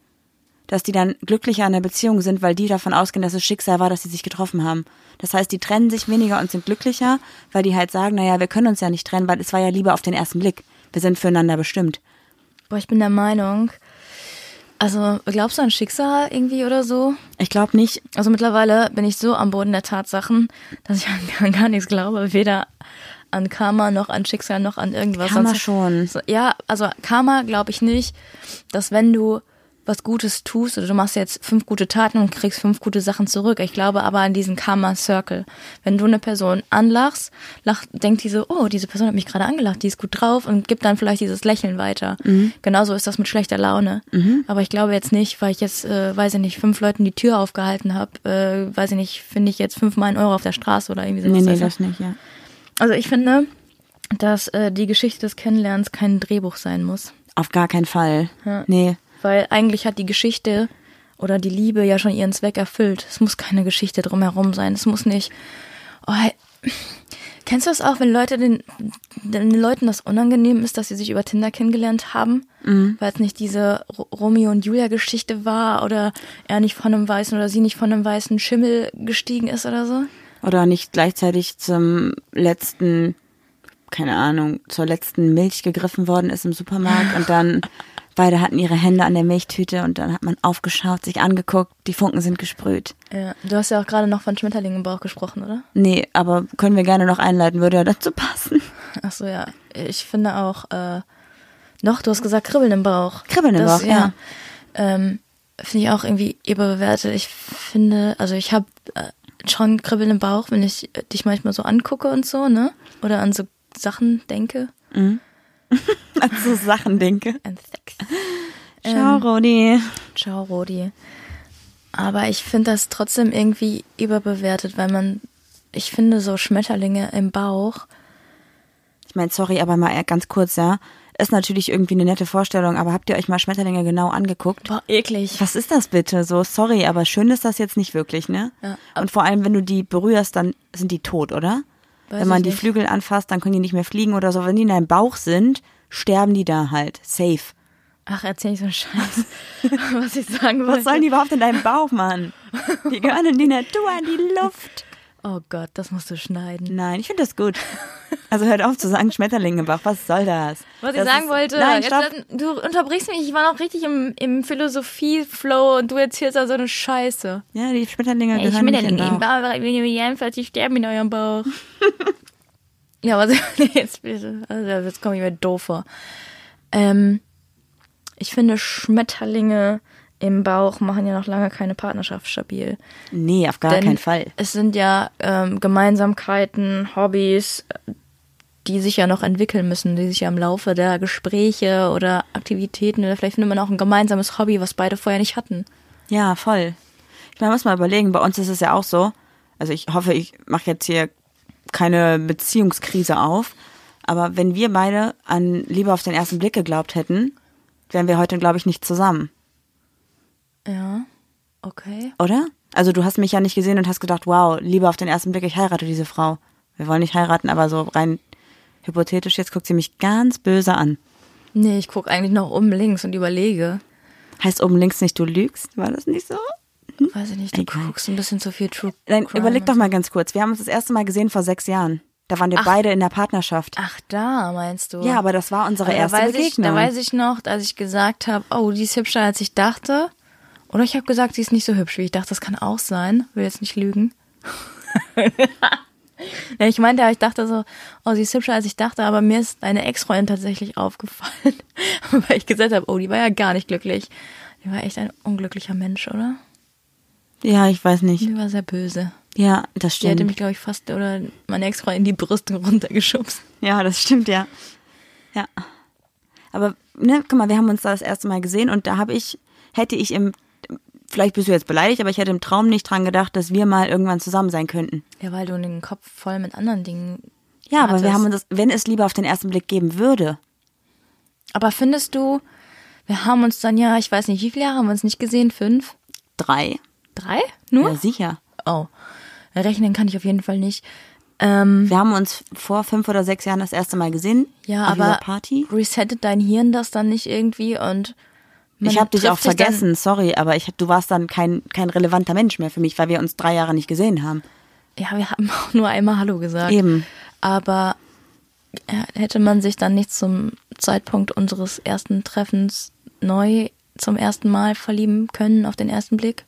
Speaker 1: dass die dann glücklicher in der Beziehung sind, weil die davon ausgehen, dass es Schicksal war, dass sie sich getroffen haben. Das heißt, die trennen sich weniger und sind glücklicher, weil die halt sagen, naja, wir können uns ja nicht trennen, weil es war ja Liebe auf den ersten Blick. Wir sind füreinander bestimmt.
Speaker 2: Boah, ich bin der Meinung, also glaubst du an Schicksal irgendwie oder so?
Speaker 1: Ich glaube nicht,
Speaker 2: Also mittlerweile bin ich so am Boden der Tatsachen, dass ich an gar, gar nichts glaube, weder an Karma noch an Schicksal noch an irgendwas.
Speaker 1: Karma
Speaker 2: Sonst-
Speaker 1: schon.
Speaker 2: So, ja, also Karma glaube ich nicht, dass wenn du was Gutes tust oder du machst jetzt fünf gute Taten und kriegst fünf gute Sachen zurück. Ich glaube aber an diesen Karma Circle. Wenn du eine Person anlachst, lacht, denkt diese, oh, diese Person hat mich gerade angelacht, die ist gut drauf und gibt dann vielleicht dieses Lächeln weiter.
Speaker 1: Mhm.
Speaker 2: Genauso ist das mit schlechter Laune. Aber ich glaube jetzt nicht, weil ich jetzt, äh, weiß ich nicht, fünf Leuten die Tür aufgehalten habe, äh, weiß ich nicht, finde ich jetzt fünfmal einen Euro auf der Straße oder irgendwie so.
Speaker 1: nee,
Speaker 2: was
Speaker 1: nee,
Speaker 2: weiß ich.
Speaker 1: das nicht, ja.
Speaker 2: Also ich finde, dass äh, die Geschichte des Kennenlernens kein Drehbuch sein muss.
Speaker 1: Auf gar keinen Fall.
Speaker 2: Ja.
Speaker 1: Nee.
Speaker 2: Weil eigentlich hat die Geschichte oder die Liebe ja schon ihren Zweck erfüllt. Es muss keine Geschichte drumherum sein. Es muss nicht. Oh, hey. Kennst du das auch, wenn Leute den, den Leuten das unangenehm ist, dass sie sich über Tinder kennengelernt haben? Weil es nicht diese Ro- Romeo und Julia Geschichte war oder er nicht von einem weißen oder sie nicht von einem weißen Schimmel gestiegen ist oder so?
Speaker 1: Oder nicht gleichzeitig zum letzten, keine Ahnung, zur letzten Milch gegriffen worden ist im Supermarkt und dann Beide hatten ihre Hände an der Milchtüte und dann hat man aufgeschaut, sich angeguckt, die Funken sind gesprüht.
Speaker 2: Ja. Du hast ja auch gerade noch von Schmetterlingen im Bauch gesprochen, oder?
Speaker 1: Nee, aber können wir gerne noch einleiten, würde ja dazu passen.
Speaker 2: Ach so, ja. Ich finde auch, äh, noch, du hast gesagt, Kribbeln im Bauch.
Speaker 1: Kribbeln im
Speaker 2: das,
Speaker 1: Bauch, ja.
Speaker 2: Ähm, finde ich auch irgendwie überbewertet. Ich finde, also ich habe äh, schon Kribbeln im Bauch, wenn ich äh, dich manchmal so angucke und so, ne? Oder an so Sachen denke.
Speaker 1: An so Sachen denke. Ähm,
Speaker 2: And sex.
Speaker 1: Ciao, Rodi.
Speaker 2: Ciao, Rodi. Aber ich finde das trotzdem irgendwie überbewertet, weil man, ich finde so Schmetterlinge im Bauch,
Speaker 1: Ich meine, sorry, aber mal ganz kurz, ja. Ist natürlich irgendwie eine nette Vorstellung, aber habt ihr euch mal Schmetterlinge genau angeguckt?
Speaker 2: boah, eklig.
Speaker 1: Was ist das bitte? So, sorry, aber schön ist das jetzt nicht wirklich, ne?
Speaker 2: Ja.
Speaker 1: Und vor allem, wenn du die berührst, dann sind die tot, oder?
Speaker 2: Weiß
Speaker 1: wenn man
Speaker 2: ich
Speaker 1: die
Speaker 2: nicht.
Speaker 1: Flügel anfasst, dann können die nicht mehr fliegen oder so. Wenn die in deinem Bauch sind, sterben die da halt. Safe.
Speaker 2: Ach, erzähl ich so einen Scheiß, was ich sagen wollte.
Speaker 1: Was sollen die überhaupt in deinem Bauch, Mann? Die gehören in die Natur, in die Luft.
Speaker 2: Oh Gott, das musst du schneiden.
Speaker 1: Nein, ich finde das gut. Also hört auf zu sagen, Schmetterlinge im Bauch. Was soll das?
Speaker 2: Was
Speaker 1: das
Speaker 2: ich sagen
Speaker 1: ist-
Speaker 2: wollte,
Speaker 1: Nein,
Speaker 2: jetzt,
Speaker 1: stopp.
Speaker 2: lass- du unterbrichst mich, ich war noch richtig im, im Philosophie-Flow und du erzählst da so eine Scheiße.
Speaker 1: Ja, die Schmetterlinge
Speaker 2: ich
Speaker 1: gehören
Speaker 2: bin
Speaker 1: nicht in den Bauch.
Speaker 2: im Bauch, wenn ihr mich einfach, ich sterbe in eurem Bauch. ja, was jetzt bitte, also jetzt komme ich mir doof vor. Ähm, ich finde Schmetterlinge im Bauch machen ja noch lange keine Partnerschaft stabil.
Speaker 1: Nee, auf gar
Speaker 2: Denn
Speaker 1: keinen Fall.
Speaker 2: Es sind ja ähm, Gemeinsamkeiten, Hobbys, äh, die sich ja noch entwickeln müssen, die sich ja im Laufe der Gespräche oder Aktivitäten oder vielleicht findet man auch ein gemeinsames Hobby, was beide vorher nicht hatten.
Speaker 1: Ja, voll. Ich meine, muss mal überlegen, bei uns ist es ja auch so. Also ich hoffe, ich mache jetzt hier keine Beziehungskrise auf. Aber wenn wir beide an Liebe auf den ersten Blick geglaubt hätten, wären wir heute, glaube ich, nicht zusammen,
Speaker 2: Ja, okay.
Speaker 1: oder? Also du hast mich ja nicht gesehen und hast gedacht, wow, Liebe auf den ersten Blick, ich heirate diese Frau. Wir wollen nicht heiraten, aber so rein hypothetisch, jetzt guckt sie mich ganz böse an.
Speaker 2: Nee, ich gucke eigentlich noch um links und überlege.
Speaker 1: Heißt oben links nicht, du lügst? War das nicht so?
Speaker 2: Weiß ich nicht, du
Speaker 1: Hm? Egal.
Speaker 2: guckst ein bisschen zu viel True
Speaker 1: Nein,
Speaker 2: Crime
Speaker 1: überleg
Speaker 2: und
Speaker 1: doch
Speaker 2: so.
Speaker 1: mal ganz kurz. Wir haben uns das erste Mal gesehen vor sechs Jahren. Da waren wir beide in der Partnerschaft.
Speaker 2: Ach, da meinst du.
Speaker 1: Ja, aber das war unsere
Speaker 2: Aber
Speaker 1: erste
Speaker 2: da weiß
Speaker 1: Begegnung.
Speaker 2: Ich, da weiß ich noch, als ich gesagt habe, oh, die ist hübscher, als ich dachte. Oder ich habe gesagt, sie ist nicht so hübsch, wie ich dachte. Das kann auch sein. Will jetzt nicht lügen. ja, ich meinte, ja, ich dachte so, oh, sie ist hübscher, als ich dachte. Aber mir ist eine Ex-Freundin tatsächlich aufgefallen, weil ich gesagt habe, oh, die war ja gar nicht glücklich. Die war echt ein unglücklicher Mensch, oder?
Speaker 1: ja, ich weiß nicht.
Speaker 2: Die war sehr böse.
Speaker 1: Ja, das
Speaker 2: Die hätte
Speaker 1: stimmt.
Speaker 2: mich, glaube ich, fast oder meine Ex-Freundin die Brüste runtergeschubst.
Speaker 1: Ja, das stimmt, ja. Ja. Aber, ne, guck mal, wir haben uns da das erste Mal gesehen und da habe ich, hätte ich im, vielleicht bist du jetzt beleidigt, aber ich hätte im Traum nicht dran gedacht, dass wir mal irgendwann zusammen sein könnten.
Speaker 2: Ja, weil du den Kopf voll mit anderen Dingen
Speaker 1: Ja, aber wir
Speaker 2: Hattest.
Speaker 1: haben uns das, wenn es lieber auf den ersten Blick geben würde.
Speaker 2: Aber findest du, wir haben uns dann ja, ich weiß nicht, wie viele Jahre haben wir uns nicht gesehen? Fünf?
Speaker 1: Drei.
Speaker 2: Drei?
Speaker 1: Ja,
Speaker 2: Nur?
Speaker 1: sicher.
Speaker 2: Oh. Rechnen kann ich auf jeden Fall nicht. Ähm,
Speaker 1: Wir haben uns vor fünf oder sechs Jahren das erste Mal gesehen.
Speaker 2: ja,
Speaker 1: auf
Speaker 2: aber
Speaker 1: Dieser Party.
Speaker 2: resettet dein Hirn das dann nicht irgendwie und man
Speaker 1: Ich habe dich
Speaker 2: trifft
Speaker 1: auch
Speaker 2: sich dann-
Speaker 1: vergessen, sorry, aber ich, du warst dann kein, kein relevanter Mensch mehr für mich, weil wir uns drei Jahre nicht gesehen haben.
Speaker 2: Ja, wir haben auch nur einmal Hallo gesagt.
Speaker 1: Eben.
Speaker 2: Aber ja, hätte man sich dann nicht zum Zeitpunkt unseres ersten Treffens neu zum ersten Mal verlieben können auf den ersten Blick?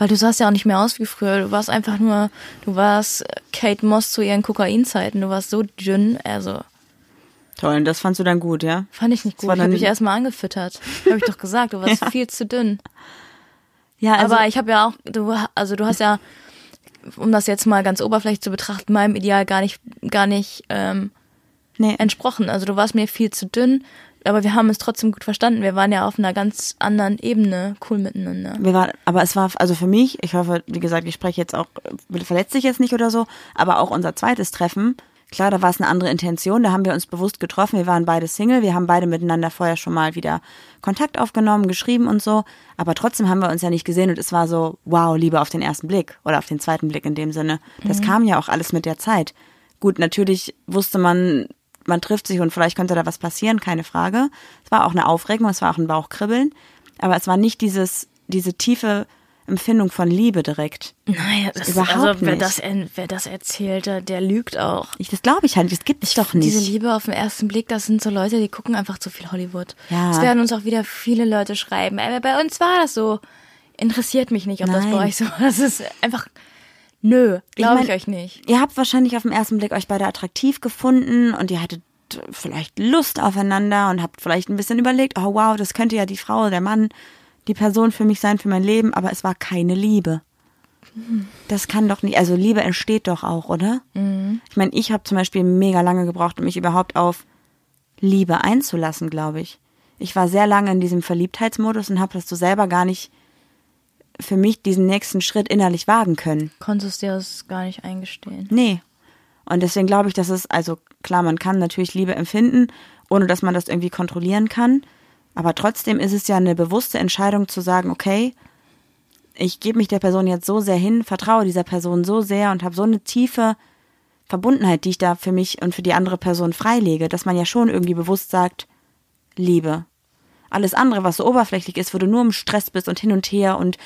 Speaker 2: Weil du sahst ja auch nicht mehr aus wie früher. Du warst einfach nur, du warst äh, Kate Moss zu ihren Kokainzeiten. Du warst so dünn. Also
Speaker 1: Toll, und das fandst du dann gut, ja?
Speaker 2: fand ich nicht
Speaker 1: war
Speaker 2: gut. Ich
Speaker 1: dann-
Speaker 2: habe dich erstmal angefüttert. Habe ich doch gesagt, du warst viel zu dünn.
Speaker 1: Ja, also,
Speaker 2: Aber ich habe ja auch, du, ha- also du hast ja, um das jetzt mal ganz oberflächlich zu betrachten, meinem Ideal gar nicht, gar nicht ähm,
Speaker 1: nee,
Speaker 2: entsprochen. Also du warst mir viel zu dünn, aber wir haben es trotzdem gut verstanden. Wir waren ja auf einer ganz anderen Ebene cool miteinander.
Speaker 1: wir waren, aber es war, also für mich, ich hoffe, wie gesagt, ich spreche jetzt auch, äh, verletzt dich jetzt nicht oder so, aber auch unser zweites Treffen, klar, da war es eine andere Intention, da haben wir uns bewusst getroffen, wir waren beide Single, wir haben beide miteinander vorher schon mal wieder Kontakt aufgenommen, geschrieben und so, aber trotzdem haben wir uns ja nicht gesehen und es war so, wow, Liebe auf den ersten Blick oder auf den zweiten Blick in dem Sinne. Das kam ja auch alles mit der Zeit. Gut, natürlich wusste man, man trifft sich und vielleicht könnte da was passieren, keine Frage. Es war auch eine Aufregung, es war auch ein Bauchkribbeln, aber es war nicht dieses, diese tiefe, Empfindung von Liebe direkt.
Speaker 2: Nein, das
Speaker 1: Überhaupt
Speaker 2: also, wer
Speaker 1: nicht.
Speaker 2: Das, wer das erzählt, der, der lügt auch.
Speaker 1: Ich, das glaube ich halt, das gibt es doch nicht.
Speaker 2: Diese Liebe auf den ersten Blick, das sind so Leute, die gucken einfach zu viel Hollywood.
Speaker 1: Ja.
Speaker 2: Es werden uns auch wieder viele Leute schreiben. Ey, bei uns war das so. Interessiert mich nicht, ob das
Speaker 1: Nein.
Speaker 2: bei euch so war. Das ist einfach. Nö, glaube ich,
Speaker 1: mein-
Speaker 2: euch nicht.
Speaker 1: Ihr habt wahrscheinlich auf den ersten Blick euch beide attraktiv gefunden und ihr hattet vielleicht Lust aufeinander und habt vielleicht ein bisschen überlegt, oh wow, das könnte ja die Frau, der Mann, die Person für mich sein, für mein Leben, aber es war keine Liebe. Das kann doch nicht, also Liebe entsteht doch auch, oder?
Speaker 2: Mhm.
Speaker 1: Ich meine, ich habe zum Beispiel mega lange gebraucht, um mich überhaupt auf Liebe einzulassen, glaube ich. Ich war sehr lange in diesem Verliebtheitsmodus und habe das so selber gar nicht für mich diesen nächsten Schritt innerlich wagen können.
Speaker 2: Konntest dir das gar nicht eingestehen.
Speaker 1: Nee. Und deswegen glaube ich, dass es, also klar, man kann natürlich Liebe empfinden, ohne dass man das irgendwie kontrollieren kann. Aber trotzdem ist es ja eine bewusste Entscheidung zu sagen, okay, ich gebe mich der Person jetzt so sehr hin, vertraue dieser Person so sehr und habe so eine tiefe Verbundenheit, die ich da für mich und für die andere Person freilege, dass man ja schon irgendwie bewusst sagt, Liebe. Alles andere, was so oberflächlich ist, wo du nur im Stress bist und hin und her und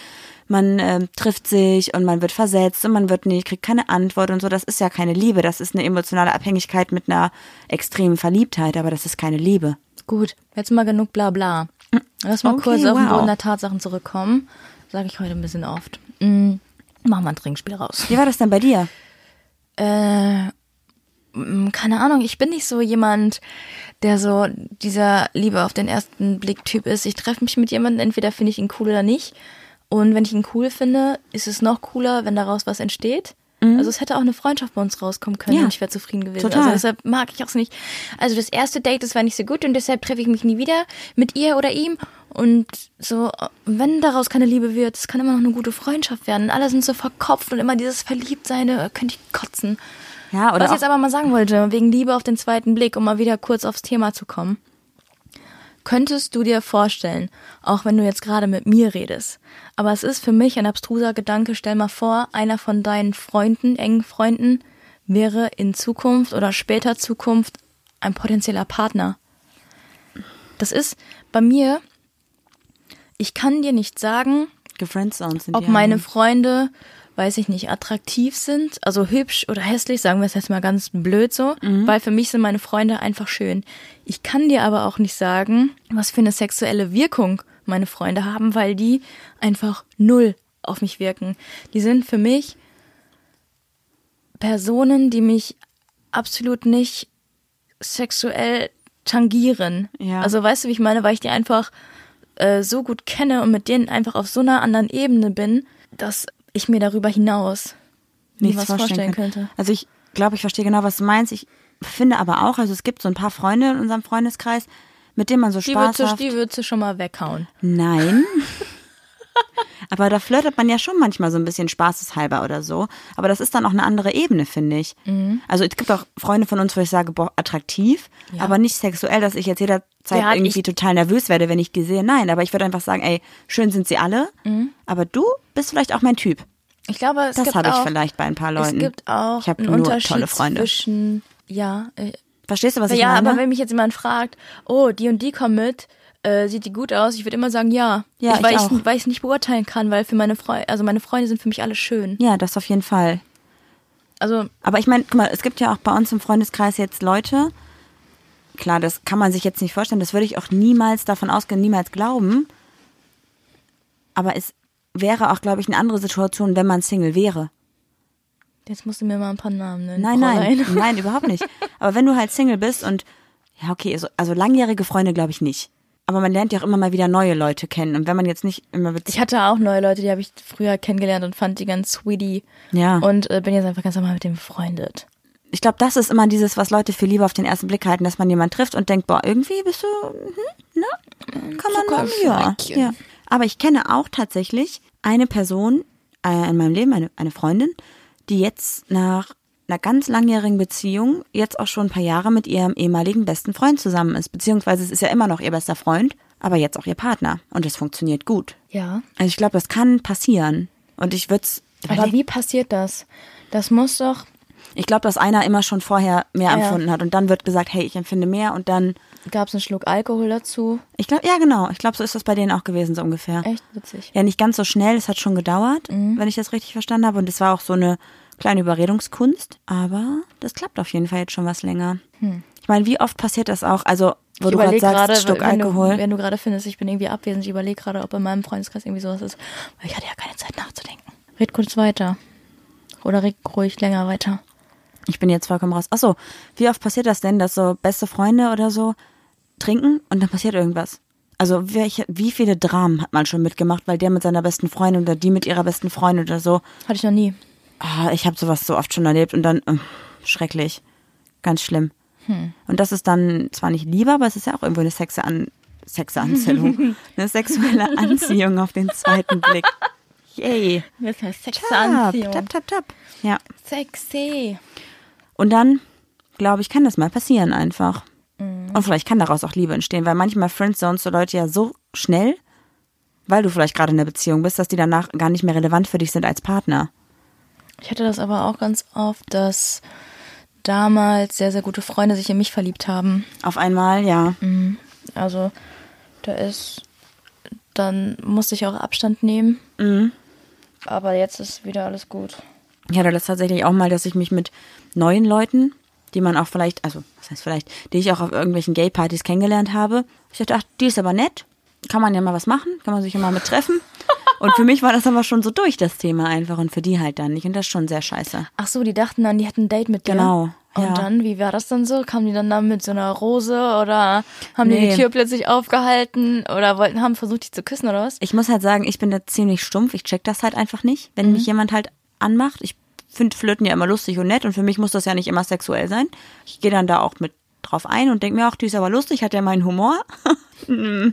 Speaker 1: man ähm, trifft sich und man wird versetzt und man wird nicht, kriegt keine Antwort und so, das ist ja keine Liebe. Das ist eine emotionale Abhängigkeit mit einer extremen Verliebtheit, aber das ist keine Liebe.
Speaker 2: Gut, jetzt mal genug Blabla. Lass mal
Speaker 1: Okay,
Speaker 2: kurz auf den
Speaker 1: wow.
Speaker 2: Boden der Tatsachen zurückkommen. Sage ich heute ein bisschen oft. Mm, Machen wir ein Trinkspiel raus.
Speaker 1: Wie war das denn bei dir?
Speaker 2: Äh, mm, keine Ahnung, ich bin nicht so jemand, der so dieser Liebe auf den ersten Blick Typ ist. Ich treffe mich mit jemandem, entweder finde ich ihn cool oder nicht. Und wenn ich ihn cool finde, ist es noch cooler, wenn daraus was entsteht. Also es hätte auch eine Freundschaft bei uns rauskommen können
Speaker 1: Mhm. Ja.
Speaker 2: und ich wäre zufrieden gewesen.
Speaker 1: Total.
Speaker 2: Also deshalb mag ich auch so nicht. Also das erste Date, das war nicht so gut und deshalb treffe ich mich nie wieder mit ihr oder ihm. Und so, wenn daraus keine Liebe wird, es kann immer noch eine gute Freundschaft werden. Und alle sind so verkopft und immer dieses Verliebtsein, da könnte ich kotzen.
Speaker 1: Ja,
Speaker 2: Was
Speaker 1: oder
Speaker 2: ich jetzt
Speaker 1: auch,
Speaker 2: aber mal sagen wollte, wegen Liebe auf den zweiten Blick, um mal wieder kurz aufs Thema zu kommen. Könntest du dir vorstellen, auch wenn du jetzt gerade mit mir redest, aber es ist für mich ein abstruser Gedanke, stell mal vor, einer von deinen Freunden, engen Freunden, wäre in Zukunft oder später Zukunft ein potenzieller Partner. Das ist bei mir, ich kann dir nicht sagen,
Speaker 1: gefriendzoned sind
Speaker 2: ob
Speaker 1: ja-
Speaker 2: meine Freunde, weiß ich nicht, attraktiv sind, also hübsch oder hässlich, sagen wir es jetzt mal ganz blöd so, weil für mich sind meine Freunde einfach schön. Ich kann dir aber auch nicht sagen, was für eine sexuelle Wirkung meine Freunde haben, weil die einfach null auf mich wirken. Die sind für mich Personen, die mich absolut nicht sexuell tangieren.
Speaker 1: Ja.
Speaker 2: Also weißt du, wie ich meine, weil ich die einfach äh, so gut kenne und mit denen einfach auf so einer anderen Ebene bin, dass ich mir darüber hinaus nie was vorstellen
Speaker 1: kann.
Speaker 2: könnte.
Speaker 1: Also ich glaube, ich verstehe genau, was du meinst. Ich finde aber auch, also es gibt so ein paar Freunde in unserem Freundeskreis, mit denen man so
Speaker 2: Die
Speaker 1: Spaß
Speaker 2: würdest,
Speaker 1: hat.
Speaker 2: du, die würdest du schon mal weghauen.
Speaker 1: Nein. Aber da flirtet man ja schon manchmal so ein bisschen spaßeshalber oder so. Aber das ist dann auch eine andere Ebene, finde ich.
Speaker 2: Mhm.
Speaker 1: Also es gibt auch Freunde von uns, wo ich sage, boah, attraktiv, aber nicht sexuell, dass ich jetzt jederzeit
Speaker 2: Ja,
Speaker 1: irgendwie
Speaker 2: ich-
Speaker 1: total nervös werde, wenn ich die sehe. Nein, aber ich würde einfach sagen, ey, schön sind sie alle, aber du bist vielleicht auch mein Typ.
Speaker 2: Ich glaube, es
Speaker 1: Das
Speaker 2: Mhm. gibt
Speaker 1: habe ich
Speaker 2: auch,
Speaker 1: vielleicht bei ein paar Leuten.
Speaker 2: Es gibt auch
Speaker 1: ich habe
Speaker 2: einen
Speaker 1: nur
Speaker 2: Unterschied
Speaker 1: tolle Freunde.
Speaker 2: zwischen ja, äh,
Speaker 1: Verstehst du, was ich
Speaker 2: ja,
Speaker 1: meine?
Speaker 2: aber wenn mich jetzt jemand fragt, oh, die und die kommen mit, äh, sieht die gut aus? Ich würde immer sagen, ja.
Speaker 1: Ja,
Speaker 2: weil
Speaker 1: ich
Speaker 2: ich
Speaker 1: auch.
Speaker 2: weil ich es nicht beurteilen kann, weil für meine Freunde, also meine Freunde sind für mich alle schön.
Speaker 1: ja, das auf jeden Fall.
Speaker 2: Also
Speaker 1: Aber ich meine, guck mal, es gibt ja auch bei uns im Freundeskreis jetzt Leute, klar, das kann man sich jetzt nicht vorstellen, das würde ich auch niemals davon ausgehen, niemals glauben. Aber es wäre auch, glaube ich, eine andere Situation, wenn man Single wäre.
Speaker 2: jetzt musst du mir mal ein paar Namen nennen. Oh,
Speaker 1: Nein, nein,
Speaker 2: Fräulein.
Speaker 1: nein, überhaupt nicht. Aber wenn du halt Single bist und, ja, okay, also, also langjährige Freunde glaube ich nicht. Aber man lernt ja auch immer mal wieder neue Leute kennen. Und wenn man jetzt nicht immer mit,
Speaker 2: Ich hatte auch neue Leute, die habe ich früher kennengelernt und fand die ganz sweetie.
Speaker 1: ja.
Speaker 2: Und äh, bin jetzt einfach ganz normal mit dem befreundet.
Speaker 1: ich glaube, das ist immer dieses, was Leute für Liebe auf den ersten Blick halten, dass man jemanden trifft und denkt, boah, irgendwie bist du, hm, ne? Kann man mal, ja,
Speaker 2: Zuckerschleckchen.
Speaker 1: ja. Aber ich kenne auch tatsächlich eine Person äh, in meinem Leben, eine, eine Freundin, die jetzt nach einer ganz langjährigen Beziehung jetzt auch schon ein paar Jahre mit ihrem ehemaligen besten Freund zusammen ist. Beziehungsweise es ist ja immer noch ihr bester Freund, aber jetzt auch ihr Partner. Und es funktioniert gut.
Speaker 2: Ja.
Speaker 1: Also ich glaube, das kann passieren. Und ich würde
Speaker 2: Aber wie passiert das? Das muss doch.
Speaker 1: ich glaube, dass einer immer schon vorher mehr
Speaker 2: Ja.
Speaker 1: empfunden hat und dann wird gesagt, hey, ich empfinde mehr und dann
Speaker 2: Gab es einen Schluck Alkohol dazu?
Speaker 1: Ich glaube, ja, genau. Ich glaube, so ist das bei denen auch gewesen, so ungefähr.
Speaker 2: Echt Mhm. witzig.
Speaker 1: Ja, nicht ganz so schnell. Es hat schon gedauert, wenn ich das richtig verstanden habe. Und es war auch so eine kleine Überredungskunst. Aber das klappt auf jeden Fall jetzt schon was länger. Ich meine, wie oft passiert das auch? Also, wo
Speaker 2: Hm.
Speaker 1: du
Speaker 2: Ich
Speaker 1: gerade
Speaker 2: überlege
Speaker 1: sagst,
Speaker 2: gerade,
Speaker 1: Stück
Speaker 2: wenn du,
Speaker 1: Alkohol.
Speaker 2: wenn du gerade findest, ich bin irgendwie abwesend, ich überlege gerade, ob in meinem Freundeskreis irgendwie sowas ist. Weil ich hatte ja keine Zeit nachzudenken. Red kurz weiter. Oder red ruhig länger weiter.
Speaker 1: Ich bin jetzt vollkommen raus. Achso, wie oft passiert das denn, dass so beste Freunde oder so trinken und dann passiert irgendwas? Also welche, wie viele Dramen hat man schon mitgemacht, weil der mit seiner besten Freundin oder die mit ihrer besten Freundin oder so.
Speaker 2: Hatte ich noch nie.
Speaker 1: Ah, ich habe sowas so oft schon erlebt und dann äh, schrecklich. Ganz schlimm. Und das ist dann zwar nicht lieber, aber es ist ja auch irgendwo eine Sexe an Sexanziehung. eine sexuelle Anziehung auf den zweiten Blick. Yay.
Speaker 2: Das heißt
Speaker 1: Tap, tap, tap, tap. Ja.
Speaker 2: Sexy.
Speaker 1: Und dann, glaube ich, kann das mal passieren einfach. Und vielleicht kann daraus auch Liebe entstehen, weil manchmal Friendzones so Leute ja so schnell, weil du vielleicht gerade in der Beziehung bist, dass die danach gar nicht mehr relevant für dich sind als Partner.
Speaker 2: Ich hatte das aber auch ganz oft, dass damals sehr, sehr gute Freunde sich in mich verliebt haben.
Speaker 1: Auf einmal, ja.
Speaker 2: Also da ist, dann musste ich auch Abstand nehmen. Aber jetzt ist wieder alles gut.
Speaker 1: Ich hatte das tatsächlich auch mal, dass ich mich mit neuen Leuten, die man auch vielleicht, also was heißt vielleicht, die ich auch auf irgendwelchen Gay-Partys kennengelernt habe, ich dachte, ach, die ist aber nett, kann man ja mal was machen, kann man sich ja mal mit treffen. Und für mich war das aber schon so durch, das Thema einfach, und für die halt dann nicht. Und das ist schon sehr scheiße.
Speaker 2: Ach so, die dachten dann, die hätten ein Date mit dir.
Speaker 1: Genau,
Speaker 2: Und
Speaker 1: ja.
Speaker 2: dann, wie war das dann so? Kamen die dann da mit so einer Rose oder haben die
Speaker 1: Nee.
Speaker 2: die Tür plötzlich aufgehalten oder wollten, haben versucht, dich zu küssen oder was?
Speaker 1: ich muss halt sagen, ich bin da ziemlich stumpf. Ich check das halt einfach nicht, wenn mich jemand halt anmacht. Ich finde Flirten ja immer lustig und nett und für mich muss das ja nicht immer sexuell sein. Ich gehe dann da auch mit drauf ein und denke mir auch, die ist aber lustig, hat ja meinen Humor. Hm,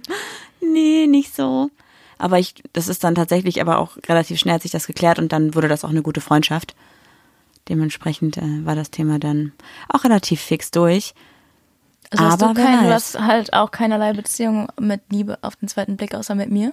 Speaker 1: nee, nicht so. Aber ich, das ist dann tatsächlich aber auch relativ schnell hat sich das geklärt und dann wurde das auch eine gute Freundschaft. Dementsprechend äh, war das Thema dann auch relativ fix durch.
Speaker 2: Also hast
Speaker 1: Aber
Speaker 2: du,
Speaker 1: wer
Speaker 2: kein, du
Speaker 1: weiß.
Speaker 2: hast halt auch keinerlei Beziehung mit Liebe auf den zweiten Blick, außer mit mir.